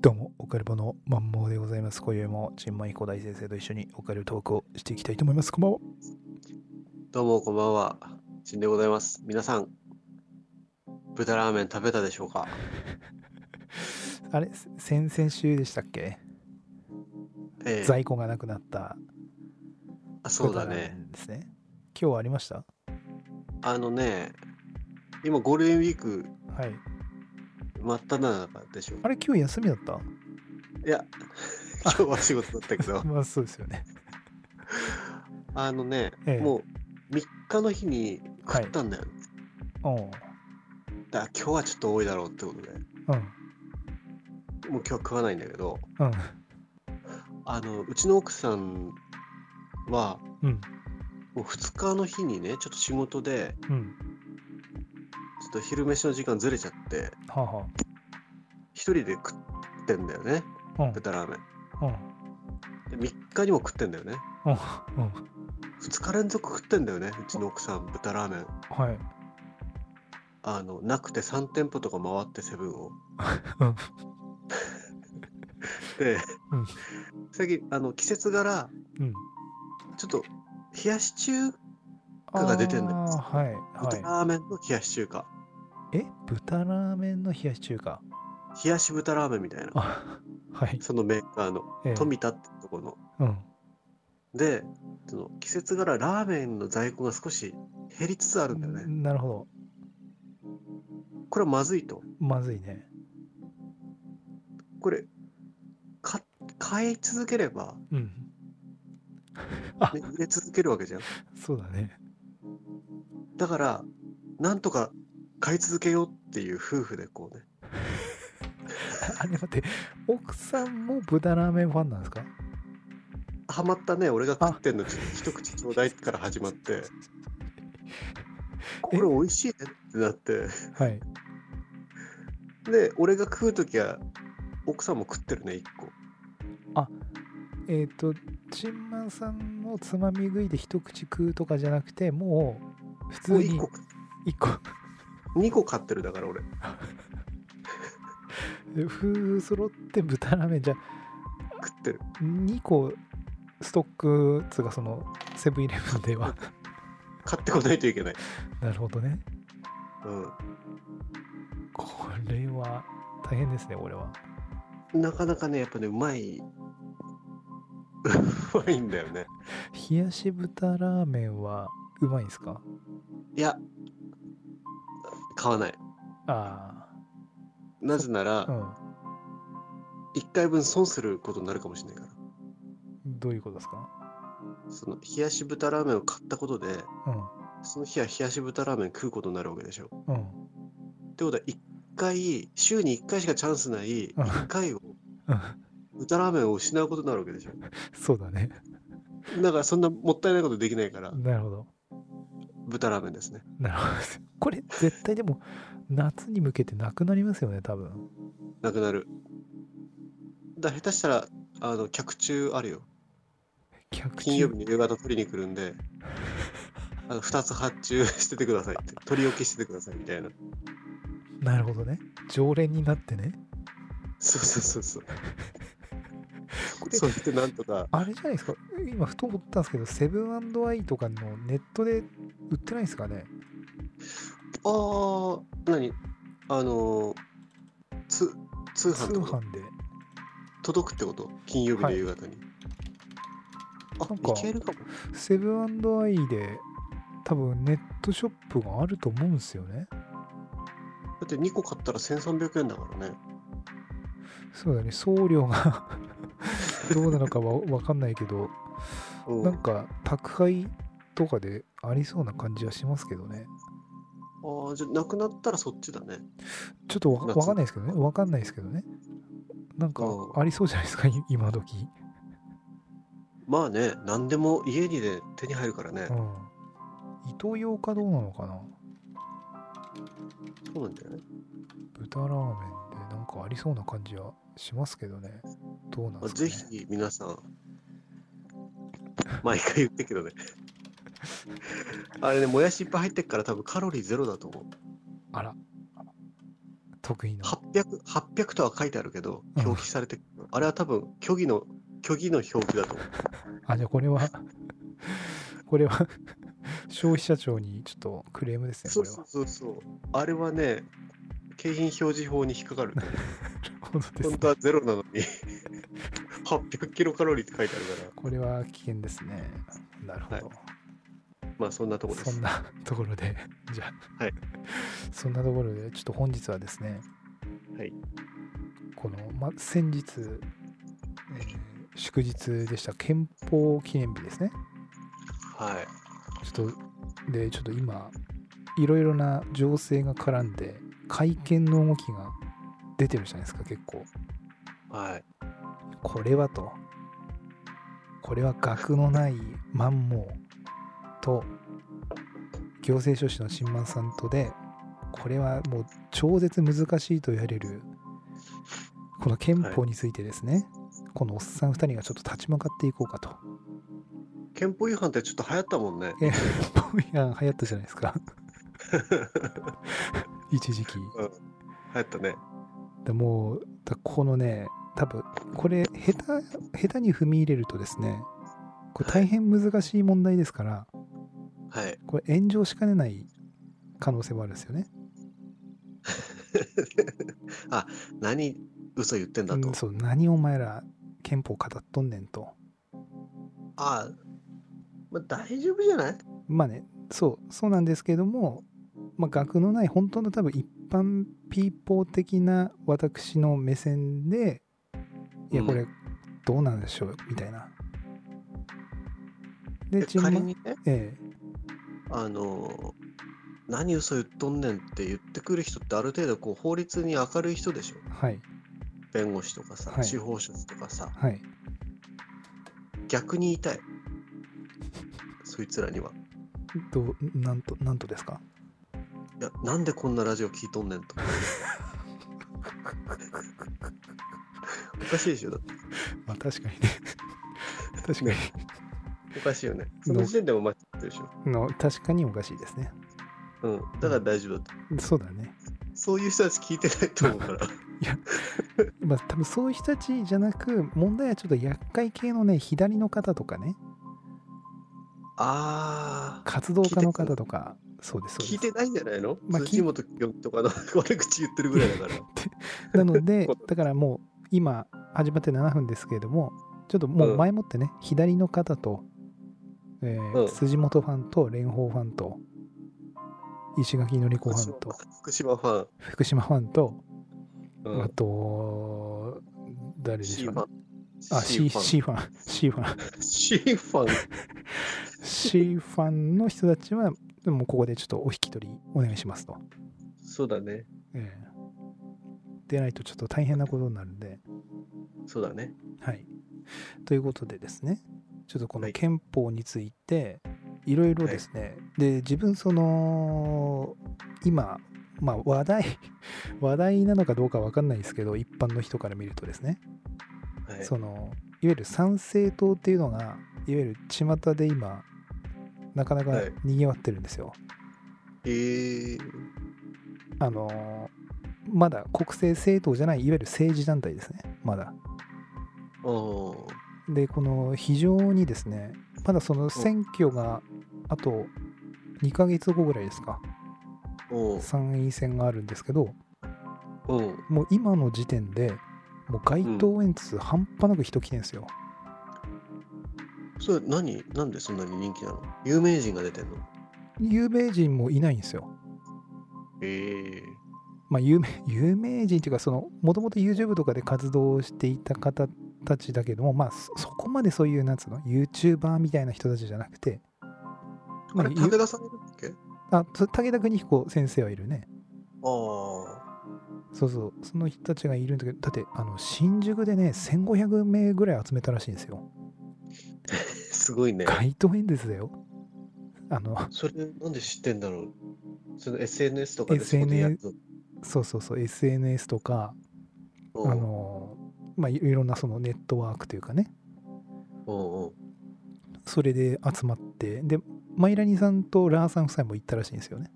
どうも、オカルポのまんもうでございます。今宵も、ちんまいこ大先生と一緒にオカルトークをしていきたいと思います。こんばんは。どうもこんばんは。しんでございます。皆さん、豚ラーメン食べたでしょうかあれ、せ先々週でしたっけ、ええ在庫がなくなった、あそうだね。。ですね。今日はありましたあのね、今ゴールデンウィークはい。真っ只中でしょあれ、今日休みだったいや、今日は仕事だったけ 、どまあ、そうですよね。あのね、ええもう3日の日にはい食ったんだよ、ねうん。う。だから今日はちょっと多いだろうってことで、もうん今日は食わないんだけど、うん。あの、うちの奥さんは、うん。もう2日の日にね、ちょっと仕事で、うん。ちょっと昼飯の時間ずれちゃって、はあ、は一人で食ってんだよねあ。うん。豚ラーメうん。ンで3日にも食ってんだよねうん。うん。 2日連続食ってんだよねうちの奥さん豚ラーメンはい。あのなくて3店舗とか回ってセブ ンをうんで、うん最近あの季節柄うん。ちょっと冷やし中果が出てんのよあーはい。豚はラーメンの冷やし中華、い。え、豚ラーメンの冷やし中華。冷やし豚ラーメンみたいなあ、はい。そのメーカーのええ富田ってとこのうん。でその季節柄ラーメンの在庫が少し減りつつあるんだよねなるほど。これはまずいとまずいね。これか買い続ければ、うん。ね、売れ続けるわけじゃんそうだね。 だからなんとか買い続けようっていう夫婦でこうねあれ待って、奥さんも豚ラーメンファンなんですかハマったね俺が食ってんのちょ一口ちょうだいから始ま ってこれ美味しいねってなってはい。で俺が食う時は奥さんも食ってるね一個えっ、と、チンマンさんのつまみ食いで一口食うとかじゃなくて、もう普通もうに一個一個、 二個買ってるだから俺夫婦揃って豚ラーメンじゃ、食ってる2個ストック、つうかその、セブンイレブンでは。 買ってこないといけないなるほどね。うこれは大変ですね、これは。んなかなかねやっぱねうまい うまいんだよね冷やし豚ラーメンはうまいんですかいや買わないあなぜなあ、うらん。一回分損することになるかもしれないからどういうことですかその冷やし豚ラーメンを買ったことでうその日は冷やし豚ラーメン食うことになるわけでしょん。うん。ってことは一回週に一回しかチャンスない一うん回をうん豚ラーメンを失うことになるわけでしょそうだ ね。だからそんなもったいないことできないからなるほど。豚ラーメンですねなるほど。これ絶対でも夏に向けてなくなりますよね、多分。なくなるだから下手したらあの客中あるよ客金曜日に夕方取りに来るんであの2つ発注しててくださいって取り置きしててくださいみたいななるほどね。常連になってね。そうそうそ うそうれそうやってなんとかあれじゃないですか。今、ふと思ったんですけど、セブンアイとかのネットで売ってないんですかね。ああ、何あのー、つ通販通ってこと販で。届くってこと金曜日の夕方に。なんあ、かいけるかも。セブンアイで多分ネットショップがあると思うんですよね。だって2個買ったら1300円だからね。そうだね。送料が どうなのかは分かんないけど。うん、なんか宅配とかでありそうな感じはしますけどね。ああ、じゃあなくなったらそっちだね。ちょっとわ夏わかんないですけどね。わかんないですけどね。なんかうんありそうじゃないです か、い今時。まあね、何でも家にで手に入るからねう。ん。イトーヨーカどうなのかなそうなんだよね。豚ラーメンでなんかありそうな感じはしますけどね。どうなんまあ、ですか、ぜね、ひ皆さん、毎回言って るけどね。あれね、もやしいっぱい入ってっから多分カロリーゼロだと思う。あら。得意の800、800とは書いてあるけど、うん表記されて、あれは多分、虚偽の、虚偽の表記だと思う。あじゃあこれは これは 消費者庁にちょっとクレームですねこそうれはそうそうそう。あれはね、景品表示法に引っか かる。本当です本当はゼロなのに、800キロカロリーって書いてあるかこれは危険ですねなるほど、ら、まあそんなとこでそすん。なところで、 じゃあ、はいそんなところで、ちょっと本日はですね、はいこの、ま、先日、えー祝日でした憲法記念日ですね。はい。ちょっと、で、ちょっと今、いろいろな情勢が絡んで、会見の動きが出てるじゃないですか、結構。はい。これはと。これは額のないマンモーと行政書士の新満さんとでこれはもう超絶難しいと言われるこの憲法についてですね、このおっさん2人がちょっと立ち向かっていこうかと。 憲法違反ってちょっと流行ったもんね。えボイヤン流行ったじゃないですか一時期。流行ったね。でもうだこのね多分これ下手下手に踏み入れるとですねこれ大変難しい問題ですからはい。これ炎上しかねない可能性もあるんですよね。あ、何、嘘言ってんだうとん。そう何お前ら憲法語っとんねんと。あ、まあ大丈夫じゃないまあねそうそうなんですけども、まあ、学のない本当の多分一般ピーポー的な私の目線でいやうんこれどうなんでしょうみたいな。でえちんま仮にね、ええあの何嘘言っとんねんって言ってくる人ってある程度こう法律に明るい人でしょはい弁護士とかさ、はい司法書士とかさはい。逆に言いたいそいつらにはどうなんとなんとですかいやなんでこんなラジオ聞いとんねんと おかしいでしょだってまあ確かにね 確かに、おかしいよねその時点でも間違ってるでしょの確かにおかしいですねうんだから大丈夫だってそうだねそういう人たち聞いてないと思うから まあ多分そういう人たちじゃなく問題はちょっと厄介系のね左の方とかねああ活動家の方とかそうですそう聞でいてないんじゃないの、まあ聞い辻本清美とかの 悪口言ってるぐらいだからすなのでこだからもう今始まって7分ですけれどもちょっともう前もってね、左の方と、えーうん辻元ファンと蓮舫ファンと石垣のり子ファンと福島ファン福島ファンと、うんあと誰でし C ょうフねァン。あ、C, C C ファン、C ファン、 C ファン。 C ファンの人たちは、もうここでちょっとお引き取りお願いしますと。そうだね。ええでないとちょっと大変なことになるんで、そうだね。はい。ということでですね、ちょっとこはのい憲法について、いろいろですね、で、自分その、今、まあ話題、 話題なのかどうかわかんないですけど、一般の人から見るとですね、はい。そのいわゆる参政党っていうのがいわゆる巷で今なかなかはいにぎわってるんですよ。えー、あのーまだ国政政党じゃないいわゆる政治団体ですねまだ。あーでこの非常にですねまだその選挙があと2ヶ月後ぐらいですかおー参院選があるんですけどうん。もう今の時点でもう街頭演説半端なく人来てんですよ。それ何なんでそんなに人気なの有名人が出てんの有名人もいないんですよ。えー、まあ、有名 有名人というかそのもともと YouTube とかで活動していた方たちだけども、まあ、そそこまでそういうなんつうの YouTuber みたいな人たちじゃなくて、あまあれ、、武田さんいるっけゆあそう武田邦彦先生はいるねあそうそうその人たちがいるんだけどだってあの新宿でね1500名ぐらい集めたらしいんですよあ。すごいね。街頭演説だよあのそれなんで知ってんだろうその SNS とかでそこ SNS でやるのそうそうそう SNS とかうんあのまあいいろんなそのネットワークというかねうんうんそれで集まってでマイラニさんとラーさん夫妻も行ったらしいんですよね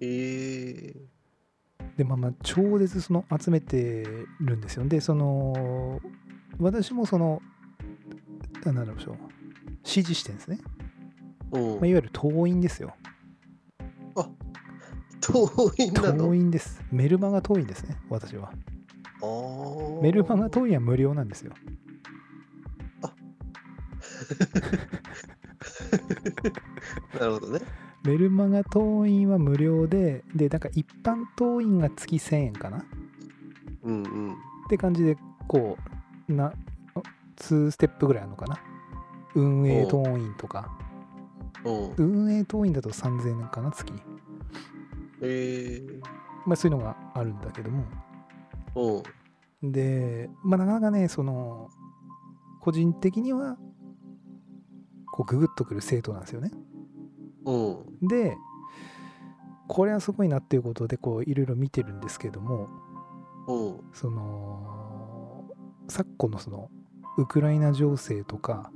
えー、でまあまあ超絶その集めてるんですよでその私もそのあなんでしょう支持してるんですね、うんまあ、いわゆる党員ですよ遠いんだ党の員ですメルマガ党員ですね私はあーメルマガ党員は無料なんですよなるほどねメルマガ党員は無料ででなんか一般党員が月1000円かなうんうんって感じでこうな2ステップぐらいあるのかな運営党員とかうん運営党員だと3000円かな月に、えー、まあ、そういうのがあるんだけどもうんで、まあ、なかなかねその個人的にはこうググっとくる生徒なんですよねうんでこれはすごいなっていうことでこういろいろ見てるんですけどもうんその昨今のそのウクライナ情勢とか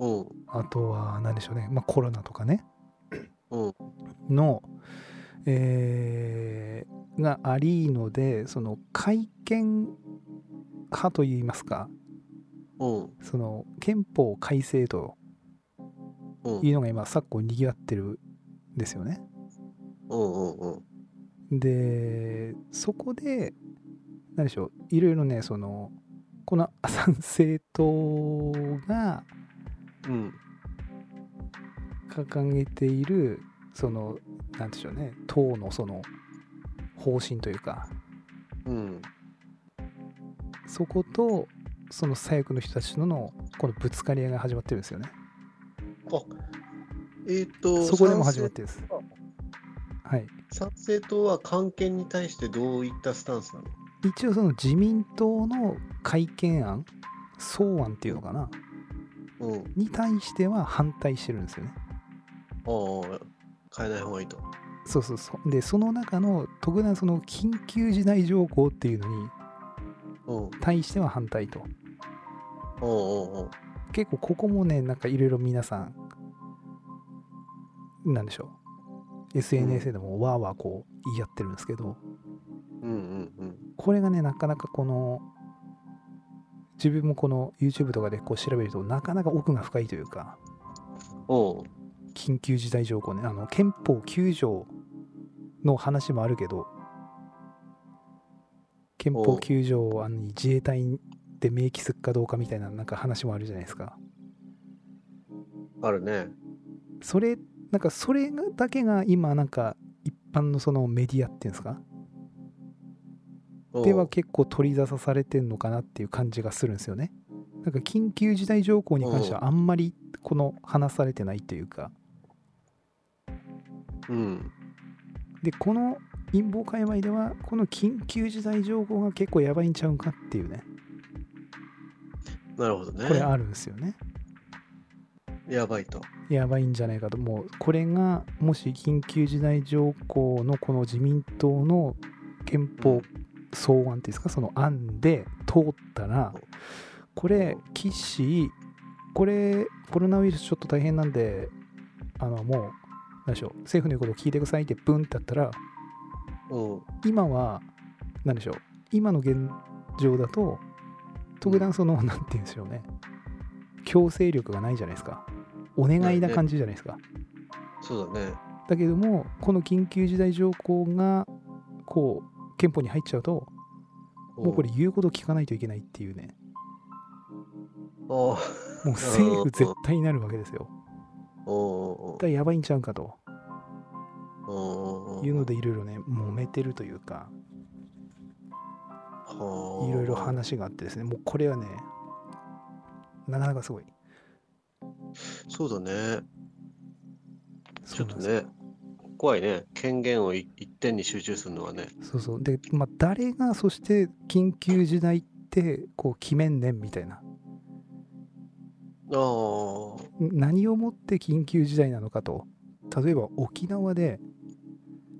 うんあとは何でしょうね、まあ、コロナとかねうんの、えーがありのでその改憲派といいますかうんその憲法改正とうんいうのが今昨今にぎわってるんですよね。うんうんうんでそこで何でしょういろいろねそのこの参政党がうん掲げているそのなんでしょうね党のその方針というかうんそことその左翼の人たちののこのぶつかり合いが始まってるんですよねえっ、とそこでも始まってるんです賛はい賛成党は関係に対してどういったスタンスなの一応その自民党の改憲案草案っていうのかなうんに対しては反対してるんですよねああ変えない方がいいとそうそうそうでその中の特段その緊急事態条項っていうのにうん対しては反対とうんうんうん結構ここもねなんかいろいろ皆さんなんでしょう SNS でもわーわーこう言い合ってるんですけどうんうんこれがねなかなかこの自分もこの YouTube とかでこう調べるとなかなか奥が深いというかうんうん緊急事態条項ねあの憲法9条の話もあるけど憲お法う9条をあの自衛隊で明記するかどうかみたいななんか話もあるじゃないですかあるねそれなんかそれだけが今なんか一般のそのメディアっていうんですかうんでは結構取り沙汰されてんのかなっていう感じがするんですよねなんか緊急事態条項に関してはあんまりこの話されてないというかうんでこの陰謀界隈ではこの緊急事態情報が結構やばいんちゃうんかっていうねなるほどねこれあるんですよねやばいとやばいんじゃないかともうこれがもし緊急事態条項のこの自民党の憲う法ん草案っていうんですかその案で通ったらうんこれ岸これコロナウイルスちょっと大変なんであのもう何でしょう政府の言うことを聞いてくださいってブンってやったらうん今は何でしょう今の現状だと特段その何て言うんでしょうね強制力がないじゃないですかお願いな感じじゃないですかそうだねだけどもこの緊急事態条項がこう憲法に入っちゃうともうこれ言うこと聞かないといけないっていうねあもう政府絶対になるわけですよあうんだからやばいんちゃうんかとうんうんいうのでいろいろね揉めてるというかいろいろ話があってですねもうこれはねなかなかすごいそうだねちそょうっなんとですよね、怖いね。権限をい一点に集中するのはね。そうそうで、まあ、誰がそして緊急事態ってこう決めんねんみたいなああ、何をもって緊急事態なのかと例えば沖縄で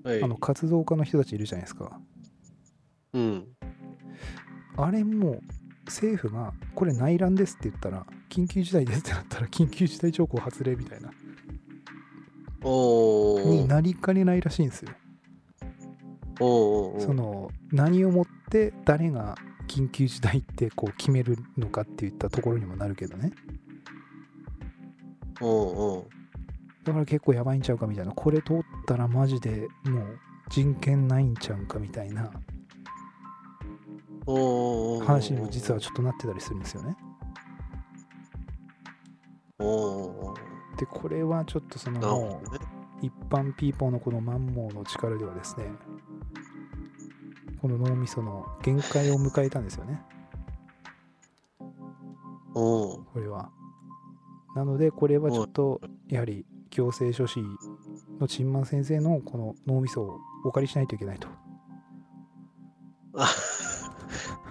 はいあ。の活動家の人たちいるじゃないですかうん。あれも政府がこれ内乱ですって言ったら緊急事態ですってなったら緊急事態条項発令みたいなおお。になりかねないらしいんですよおうおうおうその何をもって誰が緊急事態ってこう決めるのかっていったところにもなるけどねおうおうだから結構やばいんちゃうかみたいなこれ通ったらマジでもう人権ないんちゃうんかみたいなおうおうおう話にも実はちょっとなってたりするんですよね。おうおうおうでこれはちょっとそのなるほもどねう一般ピーポーのこのマンモーの力ではですねこの脳みその限界を迎えたんですよねお うこれは。なのでこれはちょっとやはり行政書士のチンマン先生のこの脳みそをお借りしないといけないと。あ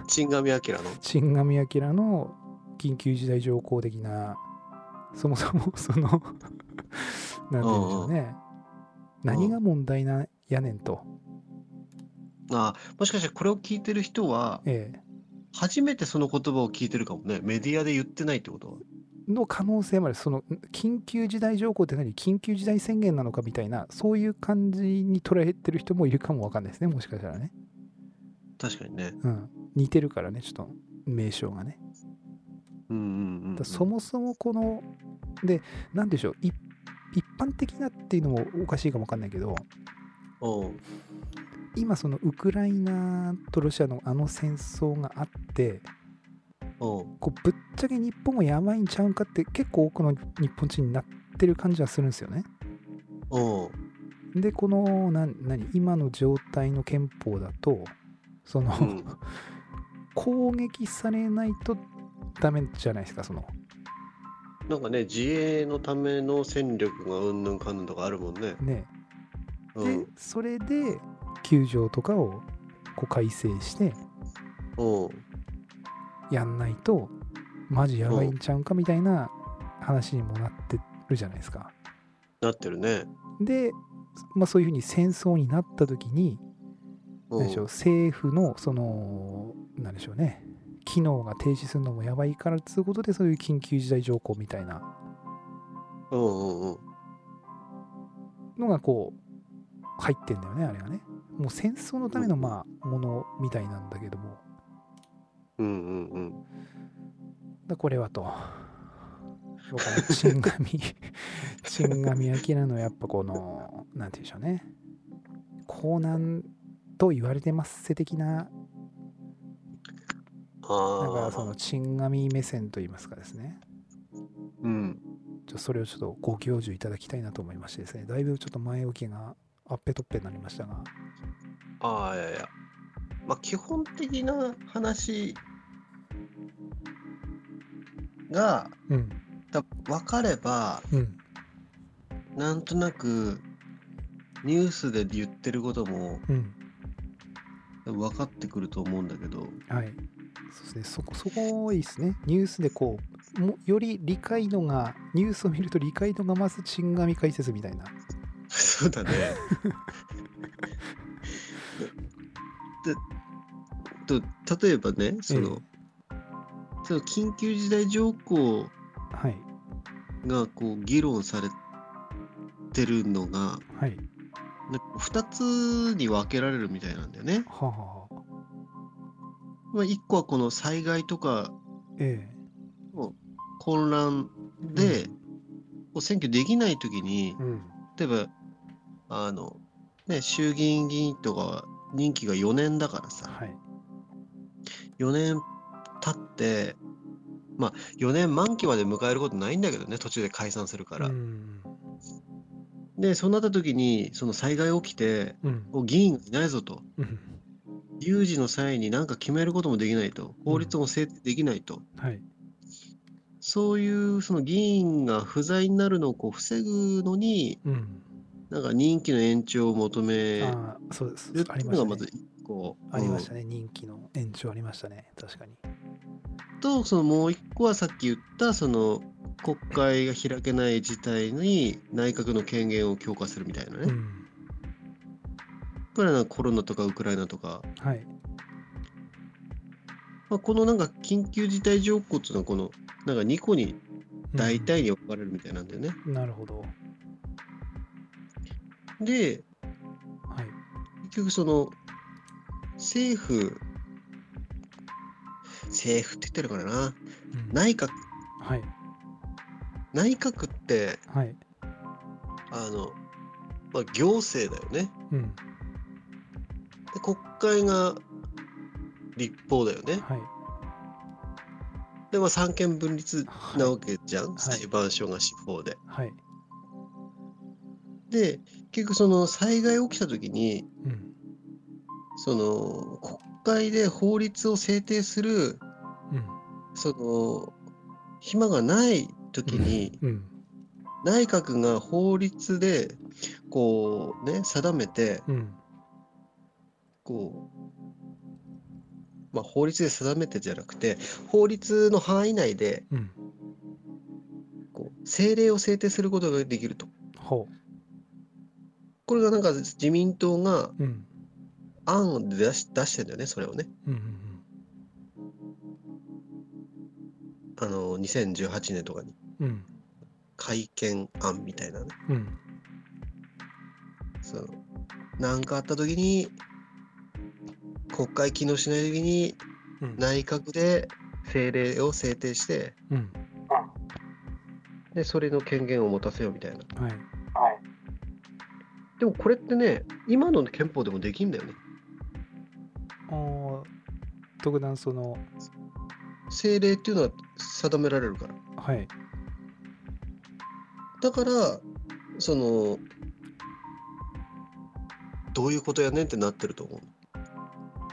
チンガミアキラの新神明の緊急事態条項的なそもそも その何て言うんでしょうねうん何が問題なんやねんと、あもしかしてこれを聞いてる人はええ初めてその言葉を聞いてるかもねメディアで言ってないってことはの可能性までその緊急事態条項って何緊急事態宣言なのかみたいなそういう感じに捉えてる人もいるかもわかんないですねもしかしたらね、確かにねうん、似てるからねちょっと名称がねうんうんうんうだん、からそもそもこので何でしょうい一般的なっていうのもおかしいかもわかんないけどおう今そのウクライナとロシアのあの戦争があっておうこうぶっちゃけ日本もやばいんちゃうんかって結構多くの日本人になってる感じはするんですよね。おうでこのなん何今の状態の憲法だとその、うん攻撃されないとダメじゃないですかそのなんかね自衛のための戦力がうんぬんかんぬんとかあるもんねね。うでんそれで9条とかをこう改正しておうやんないとマジやばいんちゃうんかみたいな話にもなってるじゃないですか。なってるねで、まあ、そういうふうに戦争になった時にお何でしょうう政府のその何でしょうね機能が停止するのもやばいからということでそういう緊急事態条項みたいなおうおうのがこう入ってんだよねあれがね。もう戦争のためのまあものみたいなんだけどもだかうんうんうんらこれはと。僕はチンガ ミチンガミアキラのやっぱこのなんて言うんでしょうね高難と言われてますせ的なだからあそあのチンガミ目線といいますかですねうんちょそれをちょっとご教授いただきたいなと思いましてですねだいぶちょっと前置きがあっぺとっぺになりましたがああいやいやまあ基本的な話がうん多分分かればうんなんとなくニュースで言ってることもうん分かってくると思うんだけどはいそうですねそこそこいいですねニュースでこうもより理解度がニュースを見ると理解度が増すチンガミ解説みたいなそうだね。でと例えばねその、その緊急事態条項はいがこう議論されてるのがはいなんか2つに分けられるみたいなんだよね。はあ、はあ、まあ、1個はこの災害とかえ混乱えで、こう選挙できない時にうん、例えばあの、ね、衆議院議員とかは任期が4年だからさ、はい4年経ってまあ4年満期まで迎えることないんだけどね途中で解散するから、うんでそうなった時にその災害起きてうんお議員がいないぞとうん有事の際に何か決めることもできないと法律も制定できないと、はいそういうその議員が不在になるのをこう防ぐのにうんなんか任期の延長を求めるああそうですってあいりうましのがたまねず1個ありましたね、人気の延長ありましたね、確かに。うんとそのもう1個はさっき言ったその国会が開けない事態に内閣の権限を強化するみたいなね、うん、これはなんかコロナとかウクライナとか、はい、まあ、このなんか緊急事態条項っていうのはこのなんか2個に大体に分かれるみたいなんだよね。うん。なるほど。はでい。局その政府政府って言ってるからなうん内閣はい内閣ってはいあの、まあ、行政だよねうんで国会が立法だよねはいでまあ三権分立はいなわけじゃいん、裁判所が司法ではいで結局その災害起きた時にうんその国会で法律を制定するうんその暇がない時にうん内閣が法律でこうね定めてうんこうまあ法律で定めてじゃなくて法律の範囲内でうんこう政令を制定することができるとほこれがなんか自民党がううん案を出し出してんだよねそれをねうんうんあの2018年とかにうん改憲案みたいなねうんそのなんかあった時に国会機能しない時にうん内閣で政令を制定してうんでそれの権限を持たせようみたいなはいでもこれってね今の憲法でもできんだよねおー特段その政令っていうのは定められるからはいだからそのどういうことやねんってなってると思う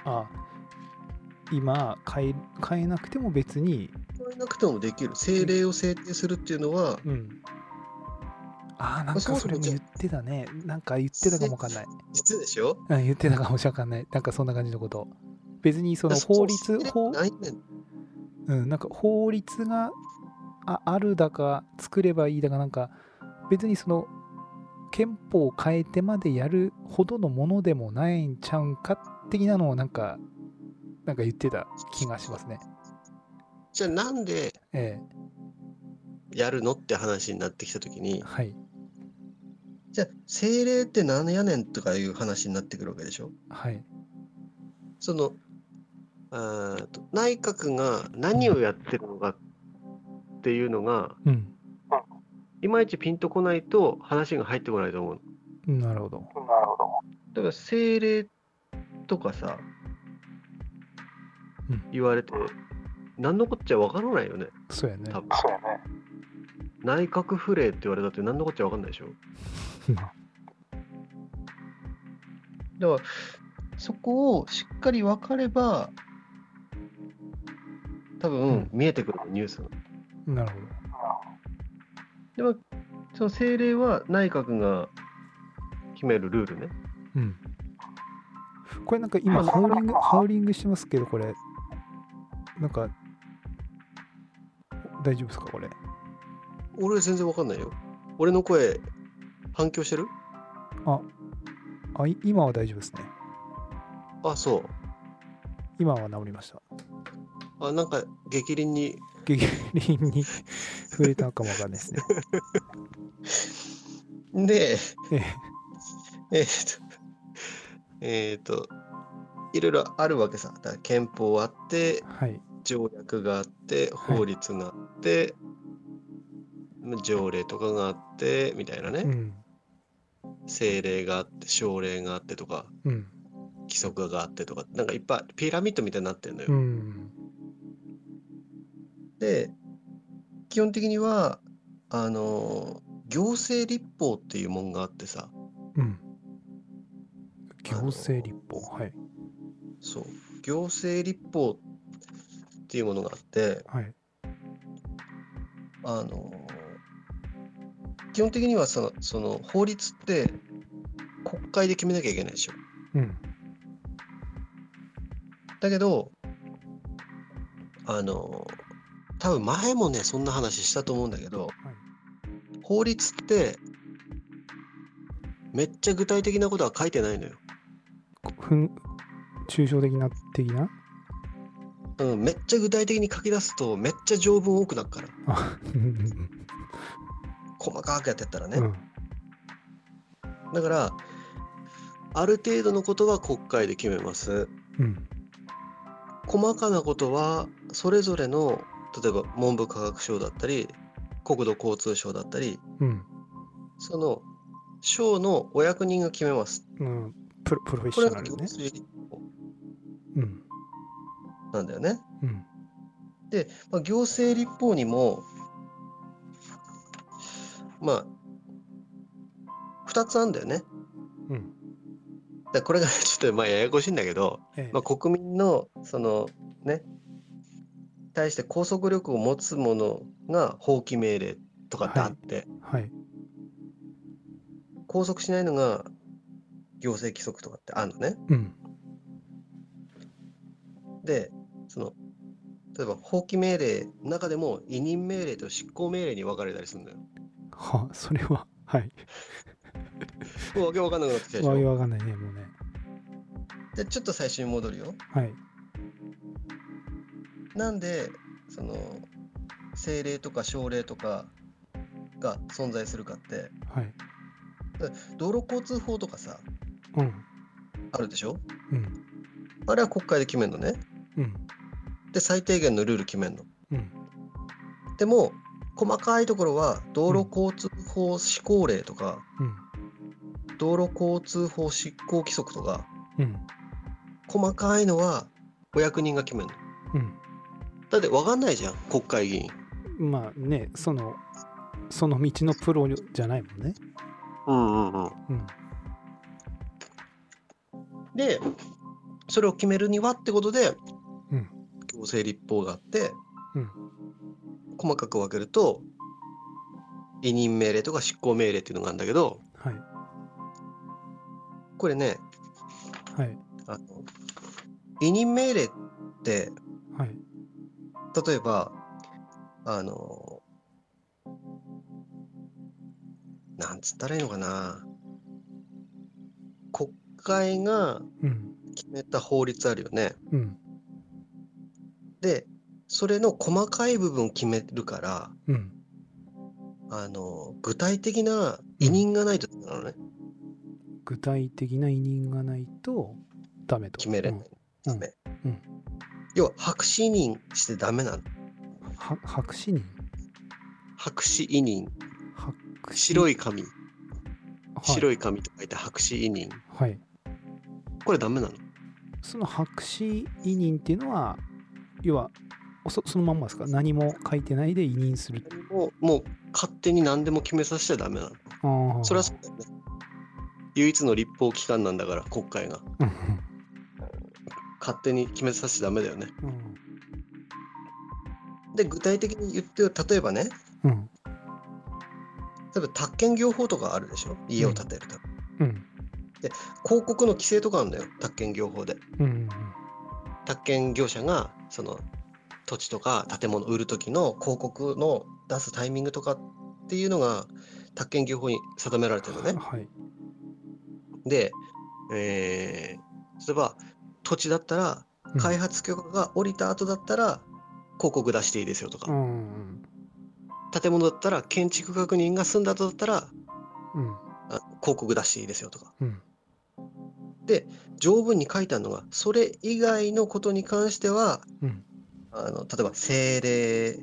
あ今変え変えなくても別に言われなくてもできる政令を制定するっていうのはうんあーなんかそうそれもじゃ言ってたねなんか言ってたかもわかんない実でしょあ言ってたかもしれないなんかそんな感じのこと別にそのそう法律政令法ないねんうん、なんか法律がああるだか作ればいいだかなんか別にその憲法を変えてまでやるほどのものでもないんちゃうんか的なのをなんかなんか言ってた気がしますね。じゃあなんでえやるのって話になってきた時にえはいじゃあ政令って何やねんとかいう話になってくるわけでしょはいそのあーと内閣が何をやってるのかっていうのがうんいまいちピンとこないと話が入ってこないと思うのなるほど。だから政令とかさ、うん言われて何のこっちゃ分からないよねそうやね。多分内閣府令って言われたって何のこっちゃ分かんないでしょうん だからそこをしっかり分かれば多うん分見えてくるのニュースの。なるほど。でもその政令は内閣が決めるルールね。うん。これなんか今ハウリング、ハウリングしてますけど、これ、なんか、大丈夫ですか、これ。俺全然分かんないよ。俺の声反響してるあ、い今は大丈夫ですね。あそう。今は治りました。あなんか激凛に激凛に触れたのかもわかんない ですね。で、ええ えーっと、えーっと、いろいろあるわけさ。だから憲法あって、はい。条約があって、はい法律があって、ま条例とかがあって、みたいなうね。ん。政令があって、省令があってとか、うん。規則があってとか、なんかいっぱいピラミッドみたいになってるのよ。うん。で、基本的には、あの、行政立法っていうもんがあってさ、うん。行政立法。はい。そう行政立法っていうものがあってはい。あの基本的にはそのその法律って国会で決めなきゃいけないでしょうん。だけどあの多分前もねそんな話したと思うんだけどはい、法律ってめっちゃ具体的なことは書いてないのよ、こふん抽象的な的なうん、めっちゃ具体的に書き出すとめっちゃ条文多くなるからあ、うん細かくやってったらね、うん。だからある程度のことは国会で決めます。うん細かなことはそれぞれの例えば文部科学省だったり国土交通省だったりうんその省のお役人が決めます。うんプロプロフェッシこれョナがル行ね政うんなんだよね。うんまあ、行政立法にもまあ2つあるんだよね。うんだからこれがちょっとまあややこしいんだけど、ええまあ、国民のそのね対して拘束力を持つものが法規命令とかってあって、はい拘束しないのが行政規則とかってあるのね。うんでその例えば法規命令の中でも委任命令と執行命令に分かれたりするんだよ。はそれははいもうわけわかんなくなってきたでしわけょ。わかんないねもうねでちょっと最初に戻るよ。はいなんでその政令とか省令とかが存在するかってはい道路交通法とかさうんあるでしょうんあれは国会で決めるのね。うんで最低限のルール決めるの。うんでも細かいところは道路交通法施行令とか、うん道路交通法執行規則とかうん細かいのはお役人が決めるの。だって分かんないじゃん国会議員。うんまあねそのその道のプロじゃないもんねうんうんうん、うんでそれを決めるにはってことで、うん行政立法があって、うん細かく分けると委任命令とか執行命令っていうのがあるんだけどはいこれねはいあの委任命令ってはい例えばあのなんつったらいいのかな国会がうん決めた法律あるよね。うんでそれの細かい部分を決めるからうんあの具体的な委任がないとダメなのね、具体的な委任がないとダメと決めれうなんい、ダメ、うんうん要は白紙委任してダメなのは白紙人白紙委任白紙白い、い紙、はい、白いい紙と書いて白紙委任はいこれダメなのその白紙委任っていうのは要はそそのまんまですか何も書いてないで委任するもうもう勝手に何でも決めさせちゃダメなのああそれはそうだよね唯一の立法機関なんだから国会がうん勝手に決めさせちゃダメだよねうんで具体的に言ってよ例えばねうん例えば宅建業法とかあるでしょ家を建てると、うん広告の規制とかあるんだよ宅建業法でうんうん宅建業者がその土地とか建物を売る時の広告の出すタイミングとかっていうのが宅建業法に定められてるのね。はいで、えー例えば土地だったらうん開発許可が下りた後だったら広告出していいですよとうか、ん建物だったら建築確認が済んだ後だったらうんあ広告出していいですよとかうん条文に書いてあるのがそれ以外のことに関してはうんあの例えば政令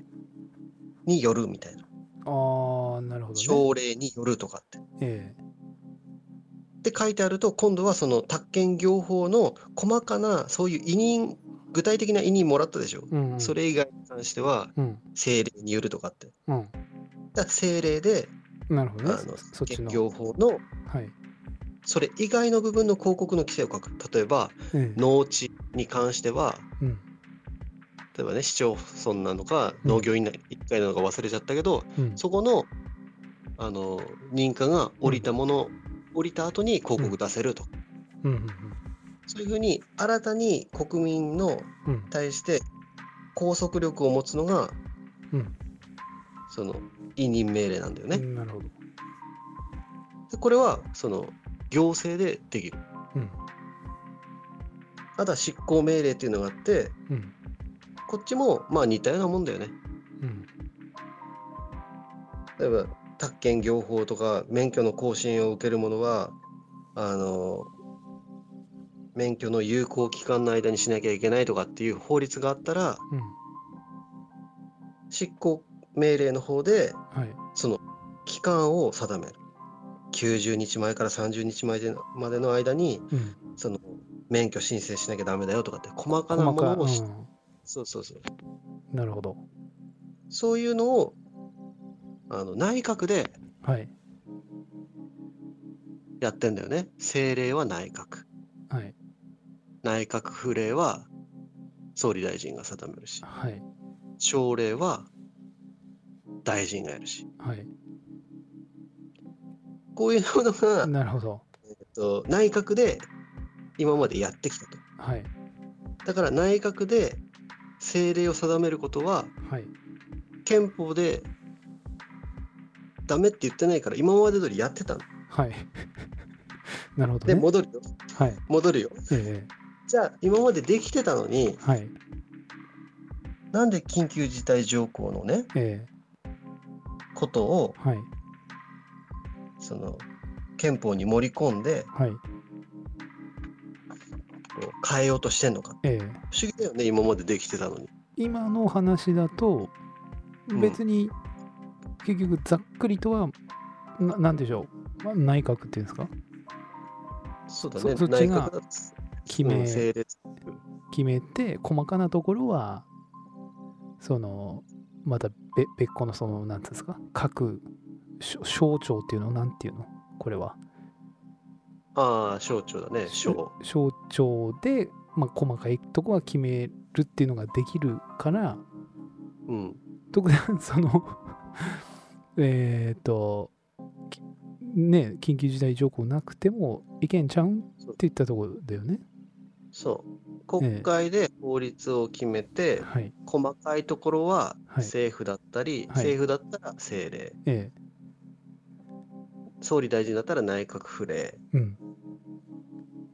によるみたいな。ああなるほどね条例によるとかって。えって書いてあると今度はその宅建業法の細かなそういう委任具体的な委任もらったでしょ。えうんうんそれ以外に関してはうん政令によるとかって。うんだから政令でなるほどねあのそそっち宅建の業法のはいそれ以外の部分の広告の規制を書く。例えばええ農地に関してはうん例えばね市町村なのかうん農業委員会なのか忘れちゃったけど、うんそこのあの認可が降りたもの、降りた後に広告出せるとかうんうんそういうふうに新たに国民のうん対して拘束力を持つのが、うんその委任命令なんだようね。んなるほどでこれはその行政でできる。うんあとは執行命令っていうのがあってうんこっちもまあ似たようなもんだよね。うん例えば宅建業法とか免許の更新を受けるものはあの免許の有効期間の間にしなきゃいけないとかっていう法律があったらうん執行命令の方ではいその期間を定める90日前から30日前でまでの間にうんその免許申請しなきゃダメだよとかって細かな細もかい、のうをしん、そうそうそうなるほどそういうのをあの内閣ではいやってんだよね政令は内閣はい内閣府令は総理大臣が定めるしはい省令は大臣がやるしはいこういうものが、なるほどえっと、内閣で今までやってきたとはいだから内閣で政令を定めることははい憲法でダメって言ってないから今まで通りやってたのはい なるほどでね戻るよはい戻るよえじゃあ今までできてたのにえはいなんで緊急事態条項のねえことをえはいその憲法に盛り込んではいこう変えようとしてんのかええ不思議だよね今までできてたのに今の話だとうん別に結局ざっくりとはななんでしょうま内閣っていうんですかそうだそねそっ内ちが閣だと決うんめ政令決めて細かなところはそのまたべ別個のそのなんていうんですか各省省庁っていうのなんていうのこれはああ省庁だね省省庁で、まあ、細かいとこは決めるっていうのができるからうん特段その えっときね緊急事態条項なくてもいけんちゃうんって言ったところだよねそう国会で法律を決めて、はい細かいところははい政府だったり、はい政府だったら政令え総理大臣だったら内閣府令えうん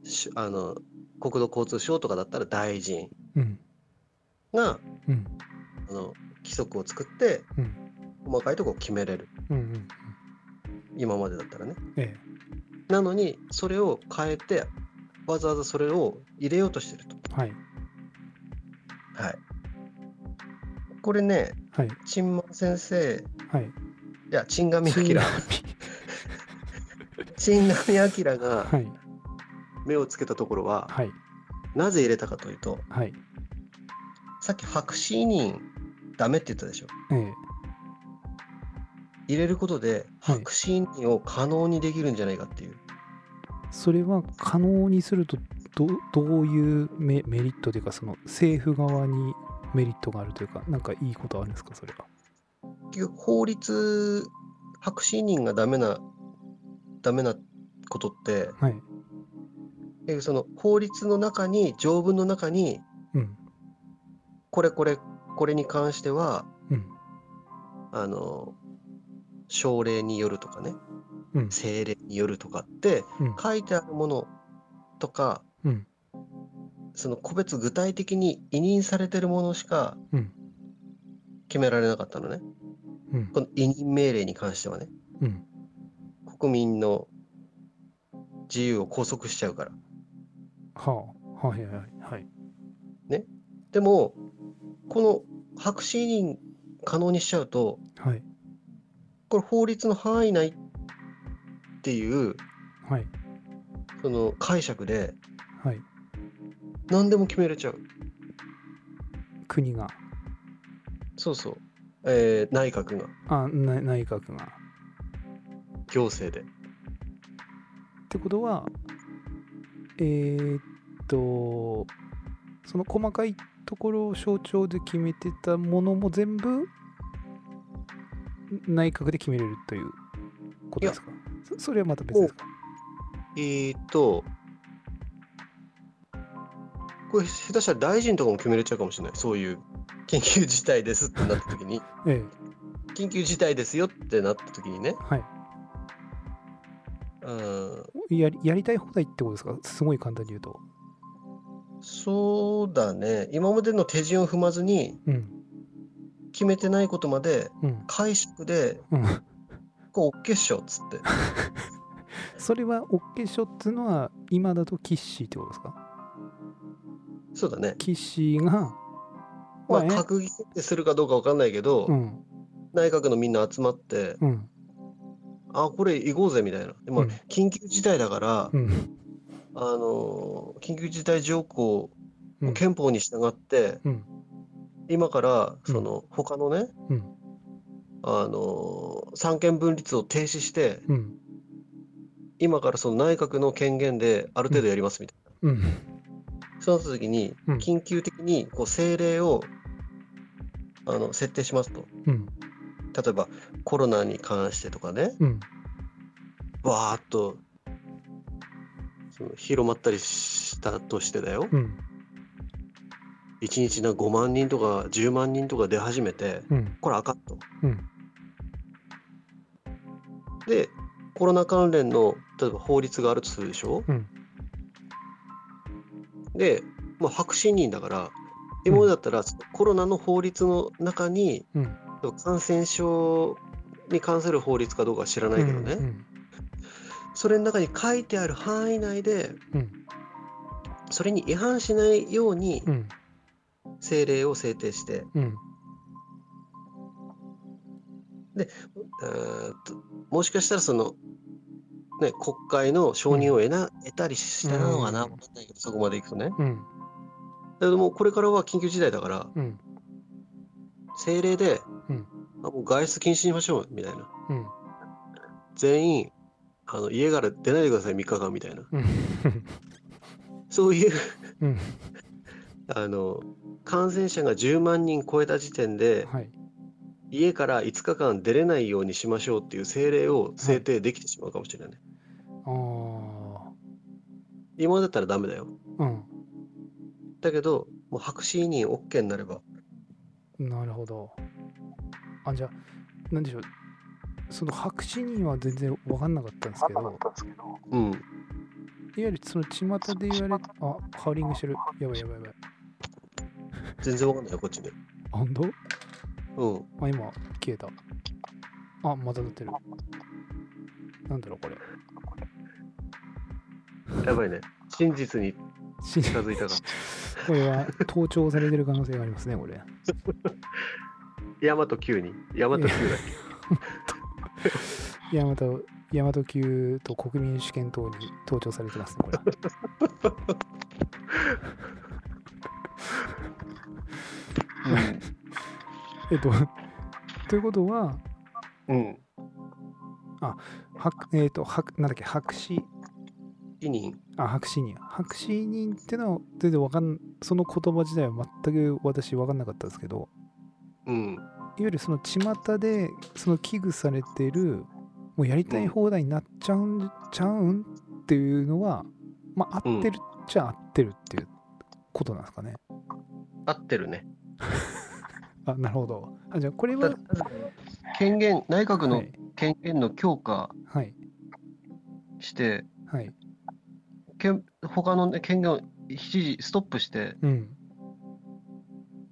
しあの国土交通省とかだったら大臣うんがうんあの規則を作って、うん細かいところを決めれるうんうん今までだったらねえなのにそれを変えてわざわざそれを入れようとしてるとえはいはいこれねはい陳馬先生はいいや陳上チン彰ガミ陳上彰がはい目をつけたところははいなぜ入れたかというとはいさっき白紙委任ダメって言ったでしょええ入れることではい白紙委任を可能にできるんじゃないかっていう、それは可能にするとどどういうメメリットというかその政府側にメリットがあるというかなんかいいことあるんですかそれは結局法律白紙委任がダメなダメなことってはい結局その法律の中に条文の中にうんこれこれこれに関してはうんあの省令によるとかねうん政令によるとかってうん書いてあるものとかうんその個別具体的に委任されてるものしかうん決められなかったのね、うんこの委任命令に関してはねうん国民の自由を拘束しちゃうからはあはいはいはいでもこの白紙委任可能にしちゃうとはいこれ法律の範囲内っていうはいその解釈ではい何でも決めれちゃう国がそうそう、えー内閣があな内閣がっ行政でてことはえーっとその細かいところを象徴で決めてたものも全部内閣で決めれるということですかそそれはまた別ですかえーっと、これ下手したら大臣とかも決めれちゃうかもしれない。そういう緊急事態ですってなった時に、 ええ緊急事態ですよってなった時にね、はいうん、やりやりたい放題ってことですかすごい簡単に言うとそうだね、今までの手順を踏まずに、うん決めてないことまでうん解釈で、うんこう、OK っしょっつって。それは OK ショットのは今だとキッシーってことですかそうだね。岸が、まあ、え閣議決定するかどうかわかんないけど、うん内閣のみんな集まって、うんあ、これ行こうぜみたいな。でも、うん緊急事態だから、うんあのー緊急事態条項うん憲法に従って、うん今からうんその他のね、うんあのー三権分立を停止してうん今からその内閣の権限である程度やりますみたいうんな、そうなった時にうん緊急的にこう政令をあの設定しますとうん例えばコロナに関してとかねうんわーっとその広まったりしたとしてだよ、うん一日な5万人とか10万人とか出始めて、うんこれあかんと。うんでコロナ関連の例えば法律があるとするでしょ、うんで、まあ、白信任だから今までだったらそのコロナの法律の中に、うん例えば感染症に関する法律かどうかは知らないけどね、うんそれの中に書いてある範囲内で、うんそれに違反しないようにうん政令を制定して、うんえーっともしかしたらその、ね、国会の承認を得な、得たりしたのかな、うんわかんないけどそこまでいくとね。うんでもうこれからは緊急事態だから、うん政令で、うんあもう外出禁止にしましょうみたいな。うん全員あの家から出ないでください、3日間みたいな。うんそういううん あの感染者が10万人超えた時点で、はい家から5日間出れないようにしましょうっていう政令を制定できてしまうかもしれないね。ああ今までだったらダメだよ。うんだけど、もう白紙委任 OK になれば、なるほどあじゃあ何でしょうその白紙には全然分かんなかったんですけどいわうん、ゆるその巷で言われあカウリングしてるやばいやばいやばい全然わかんないよ、こっちで。あ本当うん。あ、今、消えた。あ、また鳴ってる。なんだろう、これ。やばいね。真実にし近づいたか。 これは、盗聴されてる可能性がありますね、これ。ヤマト9に。ヤマト9だっヤマト、ヤマト級と国民主権党に盗聴されてますね、これ。えっと、 ということは、け。うん。白、えっと、白、なんだっけ、白紙、委任。あ、白紙人。白紙人ってのは、全然わかん、その言葉自体は全く私わかんなかったんですけど、うん。いわゆるその巷でその危惧されてるもうやりたい放題になっちゃうん、ちゃうんっていうのはまあ合ってるっちゃ合ってるっていうことなんですかね。合ってるね。あなるほど。あじゃあこれだは、権限、内閣はのい権限の強化はいして、はい。権他の、ね、権限を一時ストップして、うん。